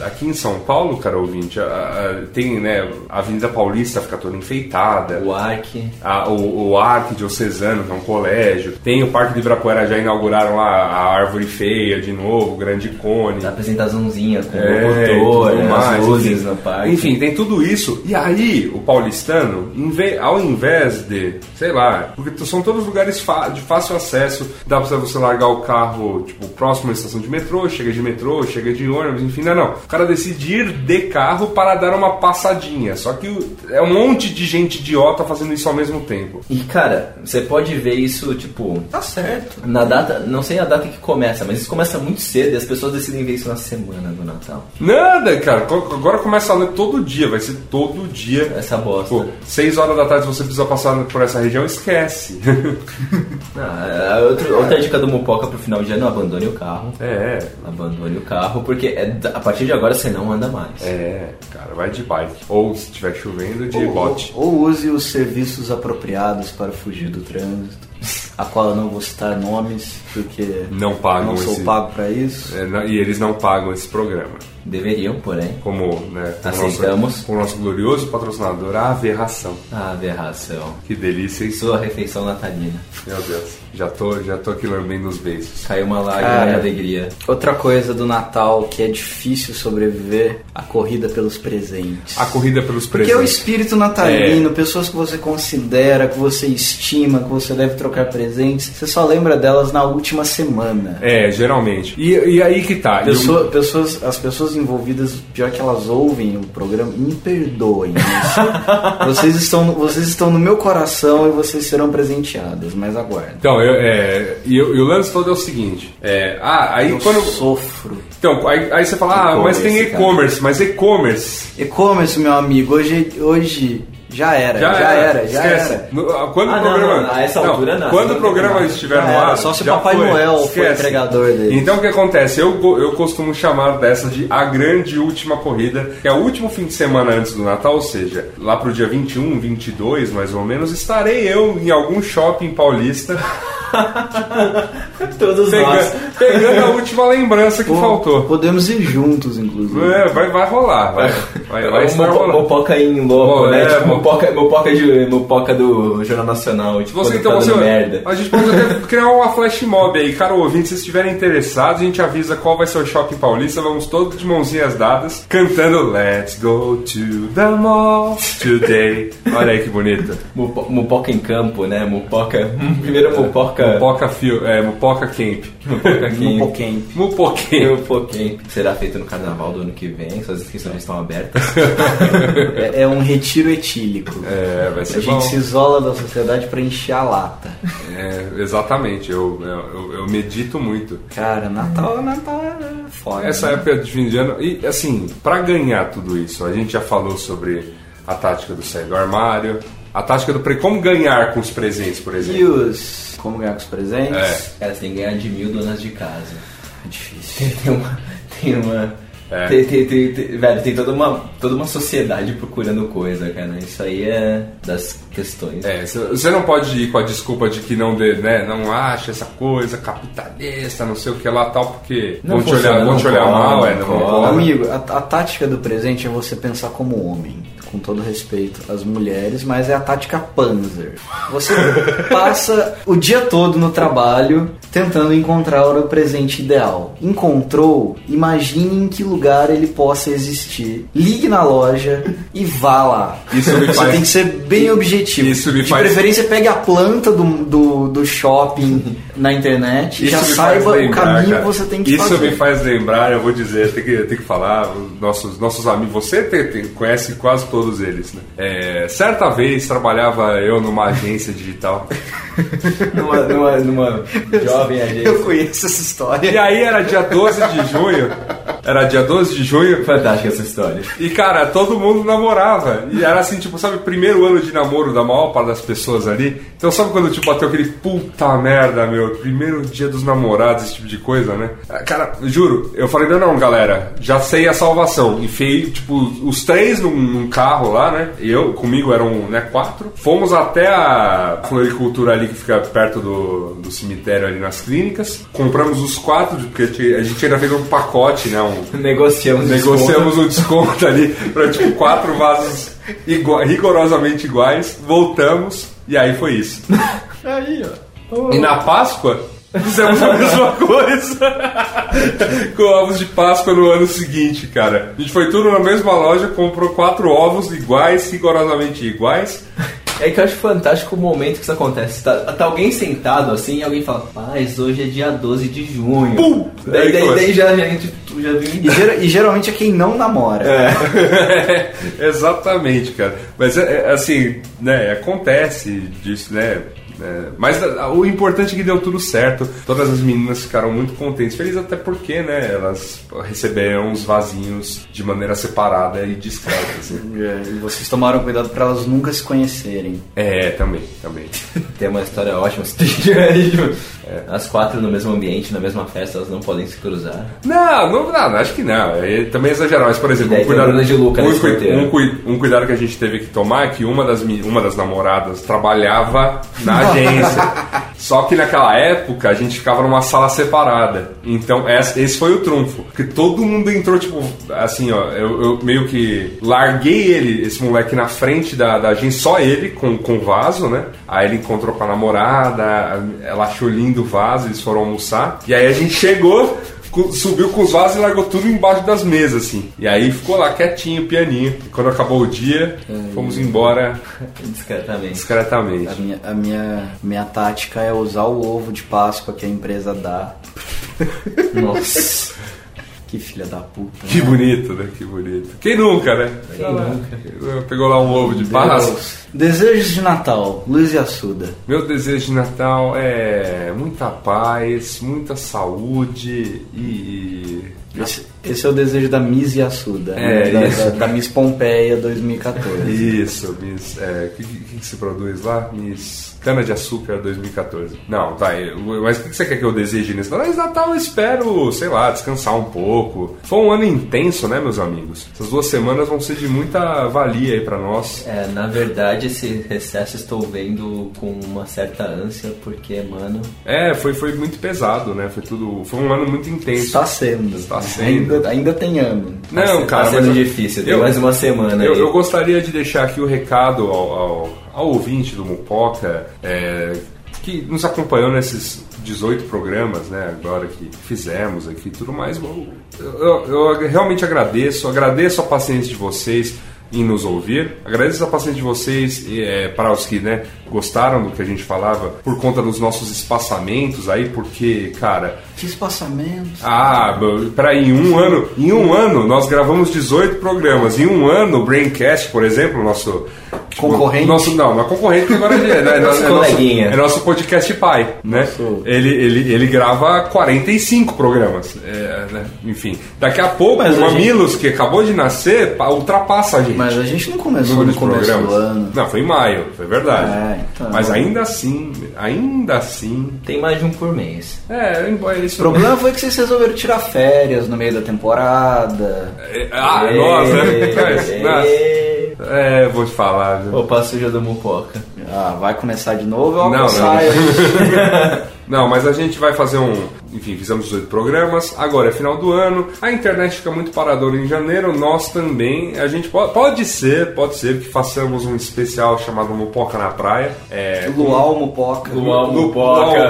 Speaker 3: é, aqui em São Paulo, cara ouvinte, a- a- tem, né, a Avenida Paulista fica toda enfeitada.
Speaker 4: O Ark.
Speaker 3: A- o, o Arque Diocesano, que é um colégio. Tem o Parque de Ibirapuera, já inauguraram lá a Árvore Feia de novo, o Grande Cone
Speaker 4: A apresentaçãozinha com
Speaker 3: é,
Speaker 4: o motor,
Speaker 3: tudo
Speaker 4: né,
Speaker 3: mais,
Speaker 4: as luzes
Speaker 3: enfim.
Speaker 4: no parque.
Speaker 3: Enfim, tem tudo isso. E aí, o paulistano, em ve- ao invés de, sei lá, porque t- são todos lugares fa- de fácil acesso, dá pra você largar o carro, tipo, próximo à estação de metrô, chega de metrô, chega de ônibus, enfim, não, não. O cara decide ir de carro para dar uma passadinha. Só que o- é um monte de gente idiota fazendo isso ao mesmo tempo.
Speaker 4: E cara, você pode ver isso, tipo,
Speaker 2: Tá certo.
Speaker 4: na data, não sei a data que começa, mas isso começa muito cedo e as pessoas decidem ver isso na semana do Natal.
Speaker 3: Nada, cara. Co- Agora começa a ler todo dia, vai ser todo dia.
Speaker 4: Essa bosta.
Speaker 3: Pô, 6 horas da tarde, se você precisa passar por essa região, esquece.
Speaker 4: Ah, a outra, outra dica do Mupoca pro final de ano, abandone o carro.
Speaker 3: é,
Speaker 4: Abandone o carro, porque é da- a partir de agora você não anda mais.
Speaker 3: é, cara, vai de bike. Ou se estiver chovendo, de
Speaker 2: Ou, ou,
Speaker 3: bote.
Speaker 2: ou use os serviços apropriados para fugir do trânsito, a qual eu não vou citar nomes, porque
Speaker 3: Não pagam
Speaker 2: não sou
Speaker 3: esse-
Speaker 2: pago para isso.
Speaker 3: É, não- e eles não pagam esse programa.
Speaker 4: Deveriam, porém.
Speaker 3: Como, né? com o nosso-
Speaker 4: Aceitamos.
Speaker 3: Com o nosso glorioso patrocinador, a Aberração.
Speaker 4: Ah, aberração.
Speaker 3: Que delícia isso.
Speaker 4: Sua refeição natalina.
Speaker 3: Meu Deus. Já tô, já tô aqui lambendo os beijos.
Speaker 4: Caiu uma lágrima
Speaker 2: Cara.
Speaker 4: de alegria.
Speaker 2: Outra coisa do Natal que é difícil sobreviver, a corrida pelos presentes.
Speaker 3: A corrida pelos
Speaker 2: Porque é o
Speaker 3: presentes. É.
Speaker 2: espírito natalino, pessoas que você considera, que você estima, que você deve trocar presentes, você só lembra delas na última semana.
Speaker 3: É, geralmente. E, e aí que tá. E o-
Speaker 2: Pessoa- pessoas, as pessoas envolvidas, pior que elas ouvem o programa, me perdoem. mas vocês, estão, no- vocês estão no meu coração e vocês serão presenteadas, mas aguardem.
Speaker 3: Então, eu, é, e, o- e o lance todo é o seguinte. É, ah, aí
Speaker 2: Eu
Speaker 3: quando.
Speaker 2: sofro.
Speaker 3: Então, aí, aí você fala, ah, mas tem
Speaker 4: E-commerce, cara.
Speaker 3: e-commerce, mas e-commerce.
Speaker 2: E-commerce, meu amigo, hoje, hoje já era, já, era, já
Speaker 3: esquece.
Speaker 2: era.
Speaker 3: No- ah, quando
Speaker 4: Ah,
Speaker 3: o
Speaker 4: não,
Speaker 3: programa,
Speaker 4: não, a essa altura não,
Speaker 3: Quando
Speaker 4: não
Speaker 3: o
Speaker 4: tem
Speaker 3: programa
Speaker 4: nada.
Speaker 3: estiver
Speaker 2: Já
Speaker 3: no
Speaker 2: É, era,
Speaker 3: ar,
Speaker 2: só se o
Speaker 3: já
Speaker 2: Papai
Speaker 3: foi,
Speaker 2: Noel foi
Speaker 3: esquece.
Speaker 2: entregador dele.
Speaker 3: Então o que acontece? Eu, go- eu costumo chamar dessa de a grande última corrida, que é o último fim de semana antes do Natal, ou seja, lá pro dia 21, 22, mais ou menos, estarei eu em algum shopping paulista
Speaker 4: Todos
Speaker 3: pegando, pegando a última lembrança que
Speaker 2: Pô,
Speaker 3: faltou.
Speaker 2: Podemos ir juntos, inclusive.
Speaker 3: É, vai, vai rolar, vai, vai, vai estar
Speaker 4: Mopoca,
Speaker 3: rolando.
Speaker 4: mopoca em louco,
Speaker 3: Bom,
Speaker 4: né?
Speaker 3: é,
Speaker 4: tipo,
Speaker 3: mo-
Speaker 4: mopoca, mopoca, de, mopoca do Jornal Nacional. Tipo,
Speaker 3: Você
Speaker 4: quando
Speaker 3: então
Speaker 4: tá
Speaker 3: você,
Speaker 4: dando merda.
Speaker 3: a gente pode até criar uma flash mob aí, cara ouvinte, se vocês estiverem interessados, a gente avisa qual vai ser o shopping paulista, vamos todos de mãozinhas dadas, cantando Let's go to the mall today. Olha aí que bonito.
Speaker 4: Mupo- Mupoca em campo, né? Mupoca. hum, Primeiro mupoca.
Speaker 3: Mupoca fio, é, Mupoca Camp.
Speaker 2: Um
Speaker 4: Mupoca
Speaker 2: pouquinho.
Speaker 3: Mupoquinho.
Speaker 4: Mupoquem. Será feito no carnaval do ano que vem, suas inscrições estão abertas.
Speaker 2: É, é um retiro etílico.
Speaker 3: É, vai
Speaker 2: a
Speaker 3: ser
Speaker 2: gente
Speaker 3: bom.
Speaker 2: se isola da sociedade pra encher a lata.
Speaker 3: É, exatamente, eu, eu, eu medito muito.
Speaker 2: Cara, Natal, Natal é foda.
Speaker 3: Essa
Speaker 2: né?
Speaker 3: época de fim de ano. E assim, pra ganhar tudo isso, a gente já falou sobre a tática do sair do armário, a tática do pre... como ganhar com os presentes, por
Speaker 2: E
Speaker 3: exemplo.
Speaker 2: os. Como ganhar com os presentes?
Speaker 3: É.
Speaker 4: Cara, você tem que ganhar de mil donas de casa.
Speaker 2: É difícil.
Speaker 4: Tem, tem uma. Tem uma.
Speaker 3: É.
Speaker 4: Tem, tem, tem- tem- velho, tem toda uma, toda uma sociedade procurando coisa, cara. Isso aí é das questões.
Speaker 3: É, c- você não pode ir com a desculpa de que não dê, né, não acha essa coisa capitalista, não sei o que lá tal, porque
Speaker 4: Não
Speaker 3: vão te
Speaker 4: funciona,
Speaker 3: olhar, vão
Speaker 4: não
Speaker 3: te olhar
Speaker 4: cola,
Speaker 3: mal,
Speaker 4: não
Speaker 3: é, não
Speaker 4: cola.
Speaker 3: cola.
Speaker 2: Amigo, a, a tática do presente é você pensar como homem. com todo respeito às mulheres, mas é a tática Panzer. Você passa o dia todo no trabalho tentando encontrar o presente ideal. Encontrou? Imagine em que lugar ele possa existir. Ligue na loja e vá lá.
Speaker 3: Isso me
Speaker 2: Você
Speaker 3: faz-
Speaker 2: tem que ser bem objetivo.
Speaker 3: Isso me
Speaker 2: De
Speaker 3: faz-
Speaker 2: preferência, pegue a planta do, do, do shopping na internet e já
Speaker 3: me faz
Speaker 2: saiba
Speaker 3: lembrar,
Speaker 2: o caminho
Speaker 3: cara.
Speaker 2: que você tem que
Speaker 3: Isso
Speaker 2: fazer.
Speaker 3: me faz lembrar, eu vou dizer, tem que, tem que falar, os nossos, nossos amigos, você tem- tem- conhece quase todos eles, né? É, certa vez trabalhava eu numa agência digital.
Speaker 4: Numa, numa, numa jovem
Speaker 2: Eu
Speaker 4: agência.
Speaker 2: conheço essa história.
Speaker 3: E aí era dia 12 de junho. Era dia 12 de junho.
Speaker 4: Fantástica é essa história.
Speaker 3: E cara, todo mundo namorava. E era assim, tipo, sabe, primeiro ano de namoro da maior parte das pessoas ali. Então sabe quando tipo bateu aquele puta merda, meu, primeiro dia dos namorados, esse tipo de coisa, né? Ah, Cara, juro, eu falei, não, não, galera, já sei a salvação. Enfiei, tipo, os três num, num carro lá, né? E eu, comigo eram, né, quatro. Fomos até a floricultura ali que fica perto do, do cemitério ali nas clínicas. Compramos os quatro, porque a gente ainda fez um pacote, né? Um,
Speaker 4: Negociamos
Speaker 3: Negociamos um desconto ali pra tipo quatro vasos igua- rigorosamente iguais, voltamos e aí foi isso.
Speaker 4: Aí, ó. Então,
Speaker 3: E na Páscoa fizemos a mesma coisa com ovos de Páscoa no ano seguinte, cara. A gente foi tudo na mesma loja, comprou quatro ovos iguais, rigorosamente iguais.
Speaker 4: É que eu acho fantástico o momento que isso acontece. Tá, tá alguém sentado assim e alguém fala, paz, hoje é dia 12 de junho.
Speaker 3: Pum!
Speaker 4: Daí,
Speaker 3: Aí
Speaker 4: daí,
Speaker 3: começa.
Speaker 4: daí já, já, a gente já vem.
Speaker 2: E, gera- e geralmente é quem não namora.
Speaker 3: É. Exatamente, cara. Mas é, é, assim, né, acontece disso, né? É, mas a- a- o importante é que deu tudo certo. Todas as meninas ficaram muito contentes. Feliz até porque, né? Elas receberam os vasinhos de maneira separada e discreta. assim.
Speaker 2: É, e vocês tomaram cuidado pra elas nunca se conhecerem.
Speaker 3: É, também, também.
Speaker 4: Tem uma história ótima. você tem aí, tipo, As quatro no mesmo ambiente, na mesma festa, elas não podem se cruzar.
Speaker 3: Não, não, não, acho que não. É, também é exagerar. Mas, por exemplo,
Speaker 4: E daí
Speaker 3: um
Speaker 4: tem
Speaker 3: cuidado,
Speaker 4: o Grande Luca
Speaker 3: um,
Speaker 4: nesse
Speaker 3: cui-
Speaker 4: roteiro.
Speaker 3: um cui- um cuidado que a gente teve que tomar é que uma das, mi- uma das namoradas trabalhava na agência. Só que naquela época a gente ficava numa sala separada. Então essa- esse foi o trunfo. Porque todo mundo entrou, tipo, assim, ó. Eu, eu meio que larguei ele, esse moleque, na frente da, da agência, só ele, com, com o vaso, né? Aí ele encontrou com a namorada, ela achou lindo o vaso, eles foram almoçar. E aí a gente chegou. Co- Subiu com os vasos e largou tudo embaixo das mesas, assim. E aí ficou lá quietinho, pianinho. E quando acabou o dia, fomos embora
Speaker 4: Discretamente.
Speaker 2: A
Speaker 3: discretamente.
Speaker 2: minha, a minha, minha tática é usar o ovo de Páscoa que a empresa dá.
Speaker 4: Nossa.
Speaker 2: Que filha da puta.
Speaker 3: Que bonito, né? Que bonito. Quem nunca, né? Quem nunca? Pegou lá um ovo de Páscoa.
Speaker 2: Deus. Desejos de Natal, Luz e Assuda.
Speaker 3: Meu desejo de Natal é muita paz, muita saúde e.
Speaker 2: Esse, esse é o desejo da Miss e Assuda.
Speaker 3: É,
Speaker 2: da,
Speaker 3: isso.
Speaker 2: da- da Miss Pompeia 2014.
Speaker 3: Isso, Miss. é, O que, que- que se produz lá? Miss Cana de Açúcar 2014. Não, tá. eu- Mas o que, que você quer que eu deseje nesse Natal? Nesse Natal eu espero, sei lá, descansar um pouco. Foi um ano intenso, né, meus amigos? Essas duas semanas vão ser de muita valia aí pra nós.
Speaker 4: É, na verdade, esse recesso estou vendo com uma certa ânsia, porque, mano,
Speaker 3: É, foi, foi muito pesado, né? Foi tudo. Foi um ano muito intenso.
Speaker 2: Está tá sendo.
Speaker 3: Está sendo.
Speaker 2: Ainda, ainda tem ano.
Speaker 3: Não,
Speaker 4: tá, se-
Speaker 3: cara,
Speaker 4: tá sendo
Speaker 3: mas eu-
Speaker 4: difícil. Tem
Speaker 3: eu-
Speaker 4: mais uma semana
Speaker 3: Eu,
Speaker 4: aí.
Speaker 3: eu gostaria de deixar aqui o recado ao, ao, ao ouvinte do Mupoca, é, que nos acompanhou nesses 18 programas, né, agora que fizemos aqui e tudo mais. Eu, eu- eu realmente agradeço, agradeço a paciência de vocês em nos ouvir. Agradeço a paciência de vocês e, é, para os que né, gostaram do que a gente falava por conta dos nossos espaçamentos aí, porque, cara,
Speaker 2: Que espaçamento.
Speaker 3: ah, peraí, em um ano, em um ano nós gravamos 18 programas. Em um ano, o Braincast, por exemplo, nosso
Speaker 2: Concorrente?
Speaker 3: Nosso, não, não é concorrente porque agora é, né, é, nosso, é, nosso,
Speaker 4: coleguinha.
Speaker 3: é nosso podcast pai, né? Ele, ele, ele grava 45 programas. é, né, Enfim, daqui a pouco
Speaker 2: Mas
Speaker 3: o
Speaker 2: a gente-
Speaker 3: Mamilos, que acabou de nascer, pa- ultrapassa a gente.
Speaker 2: Mas a gente não começou
Speaker 3: Número
Speaker 2: no
Speaker 3: de
Speaker 2: começo
Speaker 3: programas.
Speaker 2: do ano.
Speaker 3: Não, foi em maio, foi verdade.
Speaker 2: É, então.
Speaker 3: Mas ainda assim, ainda assim.
Speaker 4: tem mais de um por mês.
Speaker 3: É, embora isso.
Speaker 2: O problema foi que vocês resolveram tirar férias no meio da temporada.
Speaker 3: É, Ah, nossa, né? Mas, nossa.
Speaker 4: Ei.
Speaker 3: É, vou te falar. viu?
Speaker 4: Opa, suja do Mupoca.
Speaker 2: Ah, vai começar de novo? Eu
Speaker 3: Não, não.
Speaker 2: saio.
Speaker 3: Não, mas a gente vai fazer um. Enfim, fizemos 18 programas, agora é final do ano, a internet fica muito paradora em janeiro, nós também. A gente pode, pode ser, pode ser que façamos um especial chamado Mupoca na Praia. É,
Speaker 2: Luau Mupoca.
Speaker 4: Luau
Speaker 3: Lu-
Speaker 4: Mupoca.
Speaker 3: Luau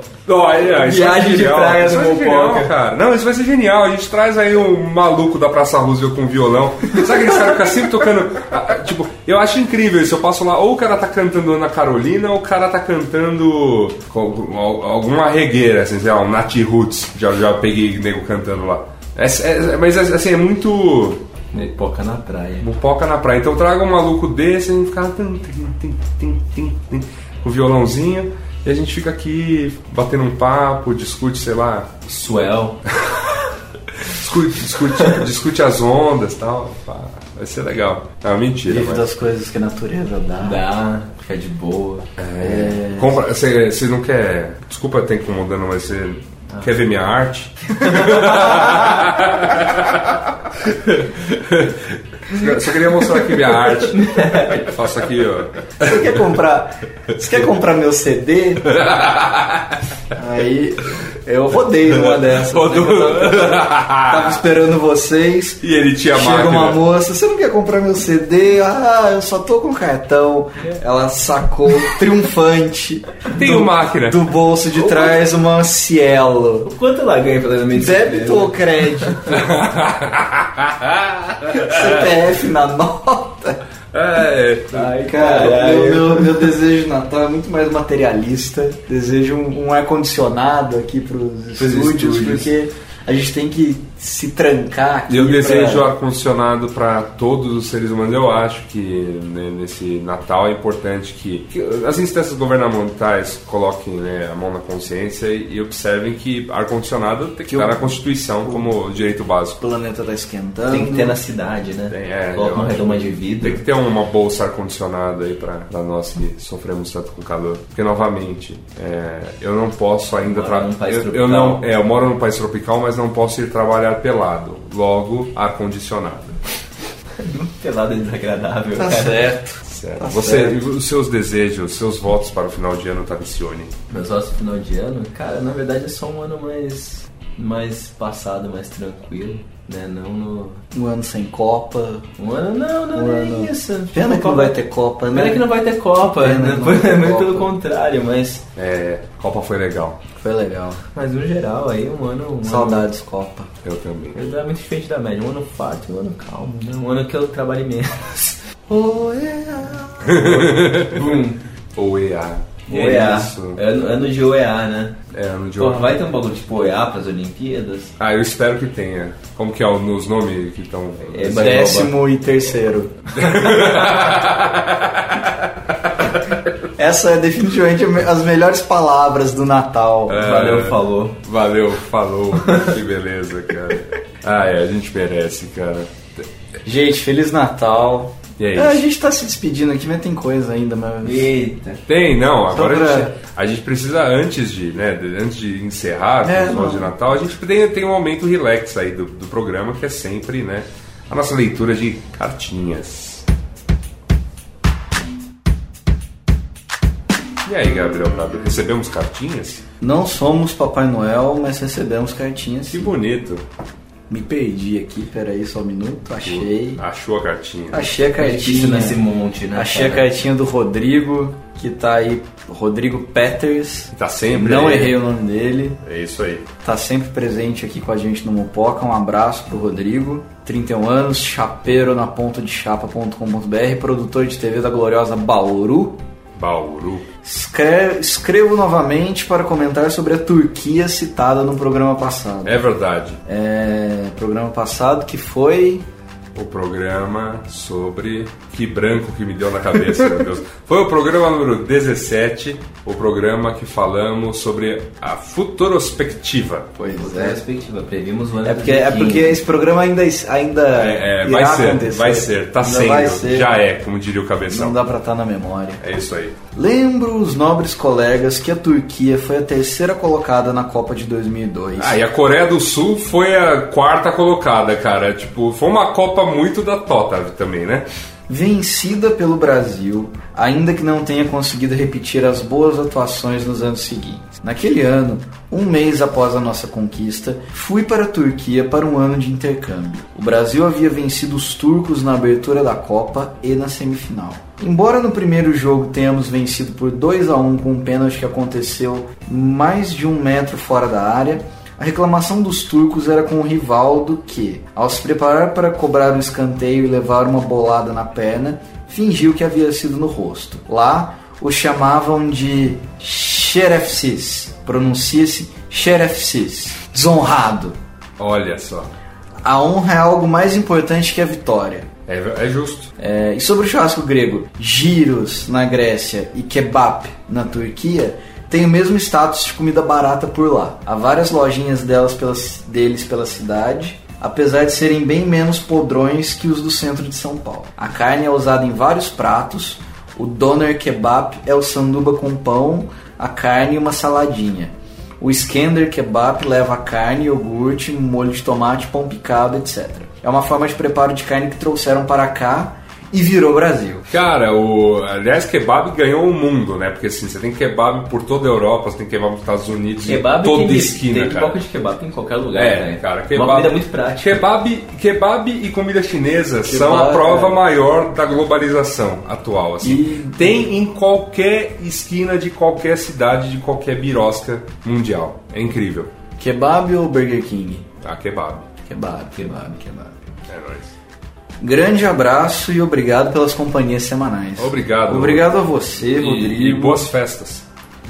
Speaker 3: Mupoca. Olha, isso vai
Speaker 4: Viagem
Speaker 3: ser
Speaker 4: de
Speaker 3: genial.
Speaker 4: praia
Speaker 3: Isso
Speaker 4: no
Speaker 3: vai ser genial,
Speaker 4: Mupoca.
Speaker 3: cara. Não, isso vai ser genial. A gente traz aí um maluco da Praça Roosevelt com violão. Sabe aqueles caras que ficam sempre tocando? ah, ah, Tipo, eu acho incrível isso. Eu passo lá, ou o cara tá cantando Ana Carolina, ou o cara tá cantando com algum- al- alguma regueira, assim, sei lá, um Nat Roots. Já, já peguei nego cantando lá. É- é- é- mas assim, é muito
Speaker 4: Pipoca na praia.
Speaker 3: mupoca na praia. Então traga um maluco desse, a gente fica tum, tum, tum, tum, tum, tum, com o violãozinho e a gente fica aqui batendo um papo, discute, sei lá,
Speaker 4: Swell.
Speaker 3: discute, discute, discute as ondas e tal. Pá, Vai ser legal. Ah, mentira,
Speaker 2: Vive
Speaker 3: mas-
Speaker 2: das coisas que a natureza dá.
Speaker 4: Dá, fica de boa.
Speaker 3: Compra, você você não quer. Desculpa estar incomodando, mas você
Speaker 2: Ah.
Speaker 3: quer ver minha arte? Só- Só queria mostrar aqui minha arte. Faço aqui, ó.
Speaker 2: Você quer comprar? Você quer comprar meu CD? Aí eu rodei numa dessas. né?
Speaker 3: Rodou.
Speaker 2: Eu Tava, tava esperando vocês.
Speaker 3: E ele né? tinha a
Speaker 2: Chega
Speaker 3: máquina.
Speaker 2: uma moça, você não quer comprar meu CD? Ah, eu só tô com cartão.
Speaker 4: É.
Speaker 2: Ela sacou triunfante
Speaker 3: Tem uma máquina.
Speaker 2: do bolso de trás uma Cielo.
Speaker 4: Quanto ela ganha fazendo medicina?
Speaker 2: Débito ou
Speaker 4: né?
Speaker 2: crédito? CPF na nota.
Speaker 3: É,
Speaker 4: Ai,
Speaker 2: Cara,
Speaker 4: caralho.
Speaker 2: meu, meu, meu desejo de Natal é muito mais materialista. Desejo um, um ar-condicionado aqui pros estúdios,
Speaker 3: estúdios.
Speaker 2: porque a gente tem que se trancar aqui.
Speaker 3: eu
Speaker 2: pra-
Speaker 3: desejo ar-condicionado para todos os seres humanos. Eu acho que né, nesse Natal é importante que, que as instâncias governamentais coloquem né, a mão na consciência e, e observem que ar-condicionado tem que estar na Constituição como direito
Speaker 2: O
Speaker 3: básico.
Speaker 2: planeta tá esquentando.
Speaker 4: Tem que ter na cidade, né?
Speaker 3: Tem, é,
Speaker 4: Coloca
Speaker 3: eu
Speaker 4: uma
Speaker 3: acho.
Speaker 4: redoma de vidro.
Speaker 3: Tem que ter uma bolsa ar-condicionado aí para nós que sofremos tanto com calor. Porque, novamente, é, eu não posso ainda...
Speaker 4: Mora
Speaker 3: tra-
Speaker 4: num país
Speaker 3: eu, eu
Speaker 4: tropical.
Speaker 3: não, é, eu moro num país tropical, mas não posso ir trabalhar pelado. Logo, ar-condicionado.
Speaker 4: Pelada desagradável,
Speaker 2: Tá
Speaker 4: cara.
Speaker 2: certo.
Speaker 3: Certo.
Speaker 2: Tá
Speaker 3: Você,
Speaker 2: certo.
Speaker 3: os seus desejos, os seus votos para o final de ano, tá Tavicione.
Speaker 4: Meus ossos final de ano, cara, na verdade é só um ano mais, mais passado, mais tranquilo, né? Não no.
Speaker 2: Um ano sem Copa.
Speaker 4: Um ano não, não,
Speaker 2: Um
Speaker 4: não é
Speaker 2: ano.
Speaker 4: isso.
Speaker 2: Pena que não vai ter Copa, né?
Speaker 4: Pena que não vai ter Copa,
Speaker 2: Pena
Speaker 4: né?
Speaker 2: que não vai ter
Speaker 4: Muito pelo
Speaker 2: Copa.
Speaker 4: contrário, mas,
Speaker 3: É, Copa foi legal.
Speaker 2: Foi legal.
Speaker 4: mas no geral aí um ano. Um Ano,
Speaker 2: Saudades, Copa.
Speaker 3: Eu também.
Speaker 4: eu dou muito diferente da média, um ano farto, um ano calmo, né? um ano que eu trabalhei menos. Boom.
Speaker 3: OEA. E
Speaker 4: OEA.
Speaker 3: É isso.
Speaker 4: É ano, ano de OEA, né?
Speaker 3: É ano de
Speaker 4: Porra,
Speaker 3: ouro.
Speaker 4: vai ter um bagulho tipo OEA pras Olimpíadas?
Speaker 3: Ah, eu espero que tenha. Como que é o- os nomes que estão...
Speaker 4: É, mas-
Speaker 2: Décimo e terceiro. Essa é definitivamente me- as melhores palavras do Natal.
Speaker 3: É.
Speaker 4: Valeu, falou.
Speaker 3: Valeu, falou. que beleza, cara. Ah, é, a gente merece, cara.
Speaker 2: Gente, Feliz Natal.
Speaker 3: E é
Speaker 2: É,
Speaker 3: isso.
Speaker 2: a gente tá se despedindo aqui, mas tem coisa ainda, mas.
Speaker 4: Eita.
Speaker 3: Tem, não, agora
Speaker 2: Então,
Speaker 3: a, gente, a gente precisa, antes de, né, de- antes de encerrar
Speaker 2: É,
Speaker 3: o
Speaker 2: não.
Speaker 3: episódio de Natal, a gente tem, tem um momento relax aí do, do programa, que é sempre, né, a nossa leitura de cartinhas. E aí, Gabriel Prado, recebemos cartinhas?
Speaker 2: Não somos Papai Noel, mas recebemos cartinhas.
Speaker 3: Que bonito.
Speaker 2: Me perdi aqui, peraí só um minuto. Achei.
Speaker 3: Achou a cartinha.
Speaker 2: Achei a
Speaker 4: É difícil
Speaker 2: cartinha.
Speaker 4: nesse monte, né?
Speaker 2: Achei a
Speaker 4: cara?
Speaker 2: cartinha do Rodrigo, que tá aí. Rodrigo Peters.
Speaker 3: Tá sempre
Speaker 2: Não
Speaker 3: aí.
Speaker 2: errei o nome dele.
Speaker 3: É isso aí.
Speaker 2: tá sempre presente aqui com a gente no Mupoca. Um abraço pro Rodrigo, 31 anos, chapeiro na ponta de chapa.com.br, produtor de TV da gloriosa Bauru.
Speaker 3: Bauru.
Speaker 2: Escre- escrevo novamente para comentar sobre a Turquia citada no programa passado.
Speaker 3: É verdade.
Speaker 2: É, programa passado que foi.
Speaker 3: O programa sobre. Que branco que me deu na cabeça, meu Deus. Foi o programa número 17, o programa que falamos sobre a futurospectiva.
Speaker 2: Pois
Speaker 3: é.
Speaker 4: Outra É perspectiva, previmos o ano
Speaker 2: É porque, é
Speaker 4: 2015.
Speaker 2: porque esse programa ainda, ainda
Speaker 3: É, é,
Speaker 2: irá
Speaker 3: vai ser,
Speaker 2: acontecer.
Speaker 3: vai ser, tá
Speaker 2: Ainda
Speaker 3: sendo,
Speaker 2: vai ser.
Speaker 3: já é, como diria o
Speaker 2: Não
Speaker 3: cabeção.
Speaker 2: dá pra estar na memória.
Speaker 3: É isso aí.
Speaker 2: Lembro os nobres colegas que a Turquia foi a terceira colocada na Copa de 2002.
Speaker 3: Ah, e a Coreia do Sul foi a quarta colocada, cara. Tipo, foi uma Copa muito da Tota também, né?
Speaker 2: vencida pelo Brasil, ainda que não tenha conseguido repetir as boas atuações nos anos seguintes. Naquele ano, um mês após a nossa conquista, fui para a Turquia para um ano de intercâmbio. O Brasil havia vencido os turcos na abertura da Copa e na semifinal. Embora no primeiro jogo tenhamos vencido por 2 a 1 com um pênalti que aconteceu mais de um metro fora da área, a reclamação dos turcos era com o Rivaldo que, ao se preparar para cobrar um escanteio e levar uma bolada na perna, fingiu que havia sido no rosto. Lá, o chamavam de Xerefsis. Pronuncia-se Xerefsis. Desonrado.
Speaker 3: Olha só.
Speaker 2: A honra é algo mais importante que a vitória.
Speaker 3: É, é justo.
Speaker 2: É, e sobre o churrasco grego, giros na Grécia e kebab na Turquia tem o mesmo status de comida barata por lá. Há várias lojinhas delas pela, deles pela cidade, apesar de serem bem menos podrões que os do centro de São Paulo. A carne é usada em vários pratos. O doner kebab é o sanduba com pão, a carne e uma saladinha. O skender kebab leva carne, iogurte, molho de tomate, pão picado, etc. É uma forma de preparo de carne que trouxeram para cá e virou Brasil.
Speaker 3: Cara, o aliás, kebab ganhou o mundo, né? Porque assim, você tem kebab por toda a Europa, você tem kebab nos Estados Unidos,
Speaker 4: Kebab
Speaker 3: em toda
Speaker 4: tem,
Speaker 3: esquina,
Speaker 4: tem
Speaker 3: cara.
Speaker 4: pipoca de kebab em qualquer lugar,
Speaker 3: É,
Speaker 4: né?
Speaker 3: cara,
Speaker 4: Uma
Speaker 3: kebab,
Speaker 4: comida muito prática.
Speaker 3: Kebab, kebab e comida chinesa são a
Speaker 4: Kebab,
Speaker 3: prova
Speaker 4: é.
Speaker 3: maior da globalização atual. Assim. Tem em qualquer esquina de qualquer cidade, de qualquer birosca mundial. É incrível.
Speaker 2: Kebab ou Burger King?
Speaker 3: Tá, kebab.
Speaker 2: Kebab, kebab, kebab.
Speaker 3: É nóis.
Speaker 2: Grande abraço e obrigado pelas companhias semanais.
Speaker 3: Obrigado.
Speaker 2: Obrigado a você,
Speaker 4: um
Speaker 2: Rodrigo.
Speaker 3: E, e boas festas.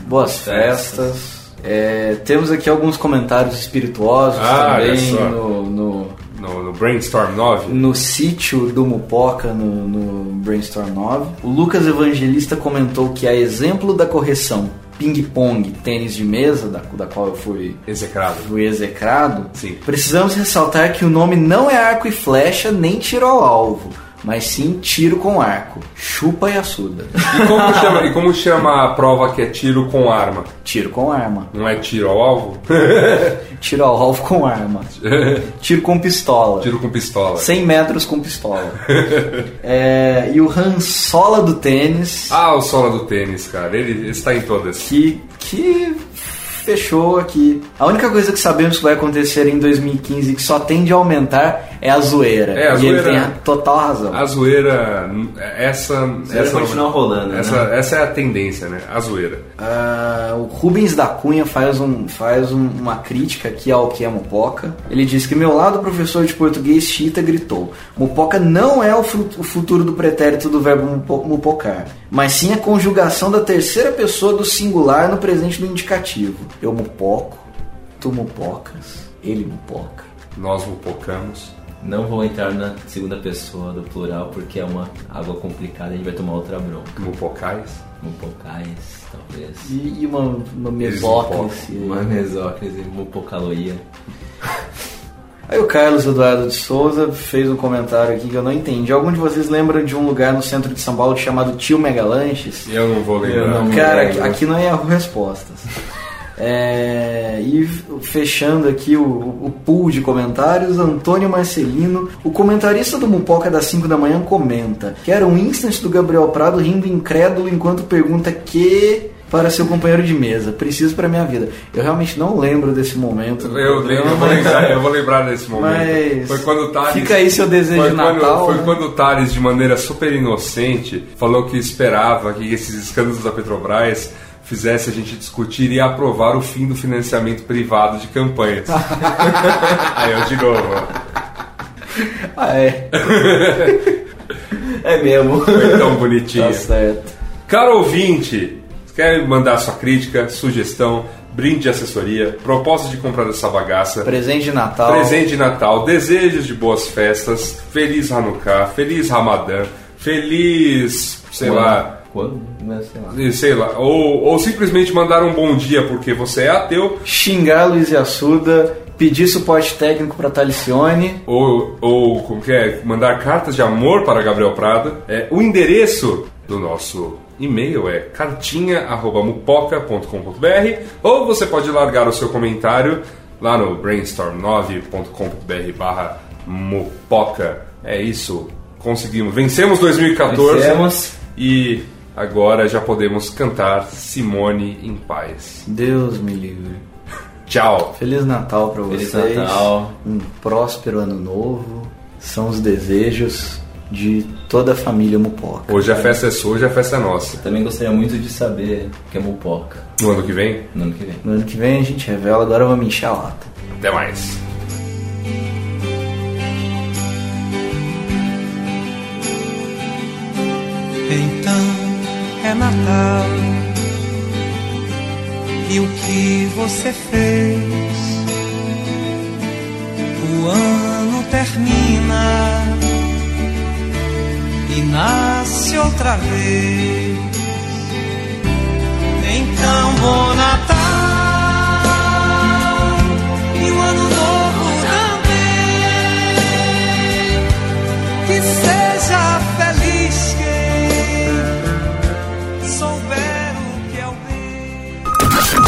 Speaker 2: Boas festas. É, temos aqui alguns comentários espirituosos
Speaker 3: Ah, olha
Speaker 2: também
Speaker 3: só.
Speaker 2: no, no,
Speaker 3: No, no Brainstorm 9.
Speaker 2: no sítio do Mupoca, no, no Brainstorm 9. O Lucas Evangelista comentou que a exemplo da correção ping-pong, tênis de mesa, da, da qual eu fui,
Speaker 3: Execrado.
Speaker 2: fui execrado,
Speaker 3: Sim.
Speaker 2: precisamos ressaltar que o nome não é arco e flecha nem tiro ao alvo, mas sim tiro com arco. Chupa e assuda.
Speaker 3: E como, chama, e como chama a prova que é tiro com arma?
Speaker 2: tiro com arma.
Speaker 3: Não é tiro ao alvo?
Speaker 2: Tiro ao alvo com arma. Tiro com pistola.
Speaker 3: tiro com pistola.
Speaker 2: 100 metros com pistola. É, e o Ransola do tênis,
Speaker 3: Ah, o Sola do Tênis, cara. Ele, ele está em todas.
Speaker 2: que, que fechou aqui. A única coisa que sabemos que vai acontecer em 2015 e que só tende a aumentar é a zoeira.
Speaker 3: É, a
Speaker 2: e
Speaker 3: zoeira-
Speaker 2: ele tem a total razão.
Speaker 3: A zoeira, n- essa...
Speaker 4: zoeira
Speaker 3: essa
Speaker 4: continua rolando, né?
Speaker 3: essa, essa é a tendência, né? A zoeira.
Speaker 2: Ah, o Rubens da Cunha faz, um, faz um- uma crítica aqui ao que é Mupoca. Ele diz que meu lado professor de português chita gritou: Mupoca não é o, fu- o futuro do pretérito do verbo mupo- mupocar, mas sim a conjugação da terceira pessoa do singular no presente do indicativo. Eu mupoco, tu mupocas, ele mupoca.
Speaker 3: Nós mupocamos.
Speaker 4: Não vou entrar na segunda pessoa do plural porque é uma água complicada, a gente vai tomar outra bronca.
Speaker 3: Mupocais.
Speaker 4: Mupocais, talvez.
Speaker 2: E, e uma, uma assim,
Speaker 3: Eles
Speaker 2: mesóclise.
Speaker 4: Uma mesócrise, mupocaloia.
Speaker 2: Aí o Carlos Eduardo de Souza fez um comentário aqui que eu não entendi. Algum de vocês lembra de um lugar no centro de São Paulo chamado Tio Megalanches?
Speaker 3: Eu não vou lembrar.
Speaker 4: não-
Speaker 2: Cara, aqui,
Speaker 4: lembro.
Speaker 2: aqui não é erro respostas. É, e fechando aqui o, o pool de comentários, Antônio Marcelino, o comentarista do Mupoca das 5 da manhã, comenta: Quero um instant do Gabriel Prado rindo incrédulo enquanto pergunta que para seu companheiro de mesa. Preciso para minha vida. Eu realmente não lembro desse momento. do
Speaker 3: Eu, lembro,
Speaker 2: programa,
Speaker 3: eu, vou lembrar, eu vou lembrar desse momento.
Speaker 2: Mas-
Speaker 3: foi quando o Thales,
Speaker 2: Fica aí seu desejo
Speaker 3: foi
Speaker 2: de
Speaker 3: quando-
Speaker 2: Natal,
Speaker 3: Foi
Speaker 2: né?
Speaker 3: quando o Thales, de maneira super inocente, falou que esperava que esses escândalos da Petrobras fizesse a gente discutir e aprovar o fim do financiamento privado de campanhas. aí eu de novo. ó,
Speaker 2: Ah, é.
Speaker 4: É mesmo.
Speaker 3: Foi tão bonitinho.
Speaker 2: Tá certo.
Speaker 3: Caro ouvinte, quer mandar sua crítica, sugestão, brinde de assessoria, proposta de compra dessa bagaça,
Speaker 2: Presente de Natal.
Speaker 3: Presente de Natal, desejos de boas festas, feliz Hanukkah, feliz Ramadã, feliz, sei lá,
Speaker 4: Quando? Não sei lá.
Speaker 3: sei lá, ou, ou simplesmente mandar um bom dia porque você é ateu,
Speaker 2: Xingar Luiz e Assuda. Pedir suporte técnico para Talicione.
Speaker 3: ou, ou como que é, mandar cartas de amor para Gabriel Prado. É, o endereço do nosso e-mail é cartinha.mupoca.com.br ou você pode largar o seu comentário lá no brainstorm9.com.br barra mupoca. É isso, conseguimos. Vencemos 2014
Speaker 4: Vencemos.
Speaker 3: e agora já podemos cantar Simone em paz.
Speaker 2: Deus me livre.
Speaker 3: Tchau!
Speaker 2: Feliz Natal pra
Speaker 4: Feliz
Speaker 2: vocês.
Speaker 4: Natal.
Speaker 2: Um próspero ano novo. São os desejos de toda a família Mupoca.
Speaker 3: Hoje a festa é sua, hoje a festa é nossa.
Speaker 4: Também gostaria muito de saber o que é mupoca
Speaker 3: No ano que vem,
Speaker 4: no ano que vem.
Speaker 2: No ano que vem a gente revela, agora vamos encher a lata.
Speaker 3: até mais.
Speaker 5: Então é Natal. E o que você fez? O ano termina e nasce outra vez. Então, bom Natal e o ano novo também. Que seja feliz quem souber o que é o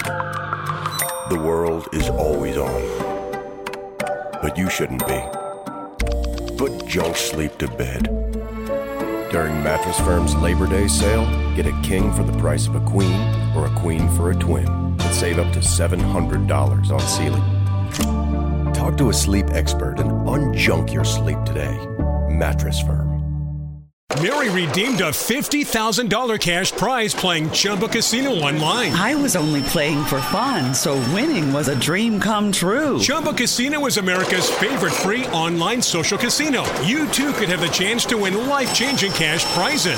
Speaker 6: The world is always on. But you shouldn't be. Put junk sleep to bed. During Mattress Firm's Labor Day sale, get a king for the price of a queen or a queen for a twin and save up to $700 on Sealy. Talk to a sleep expert and unjunk your sleep today. Mattress Firm.
Speaker 7: Mary redeemed a $50,000 cash prize playing Chumba Casino online.
Speaker 8: I was only playing for fun, so winning was a dream come true.
Speaker 7: Chumba Casino is America's favorite free online social casino. You too could have the chance to win life changing cash prizes.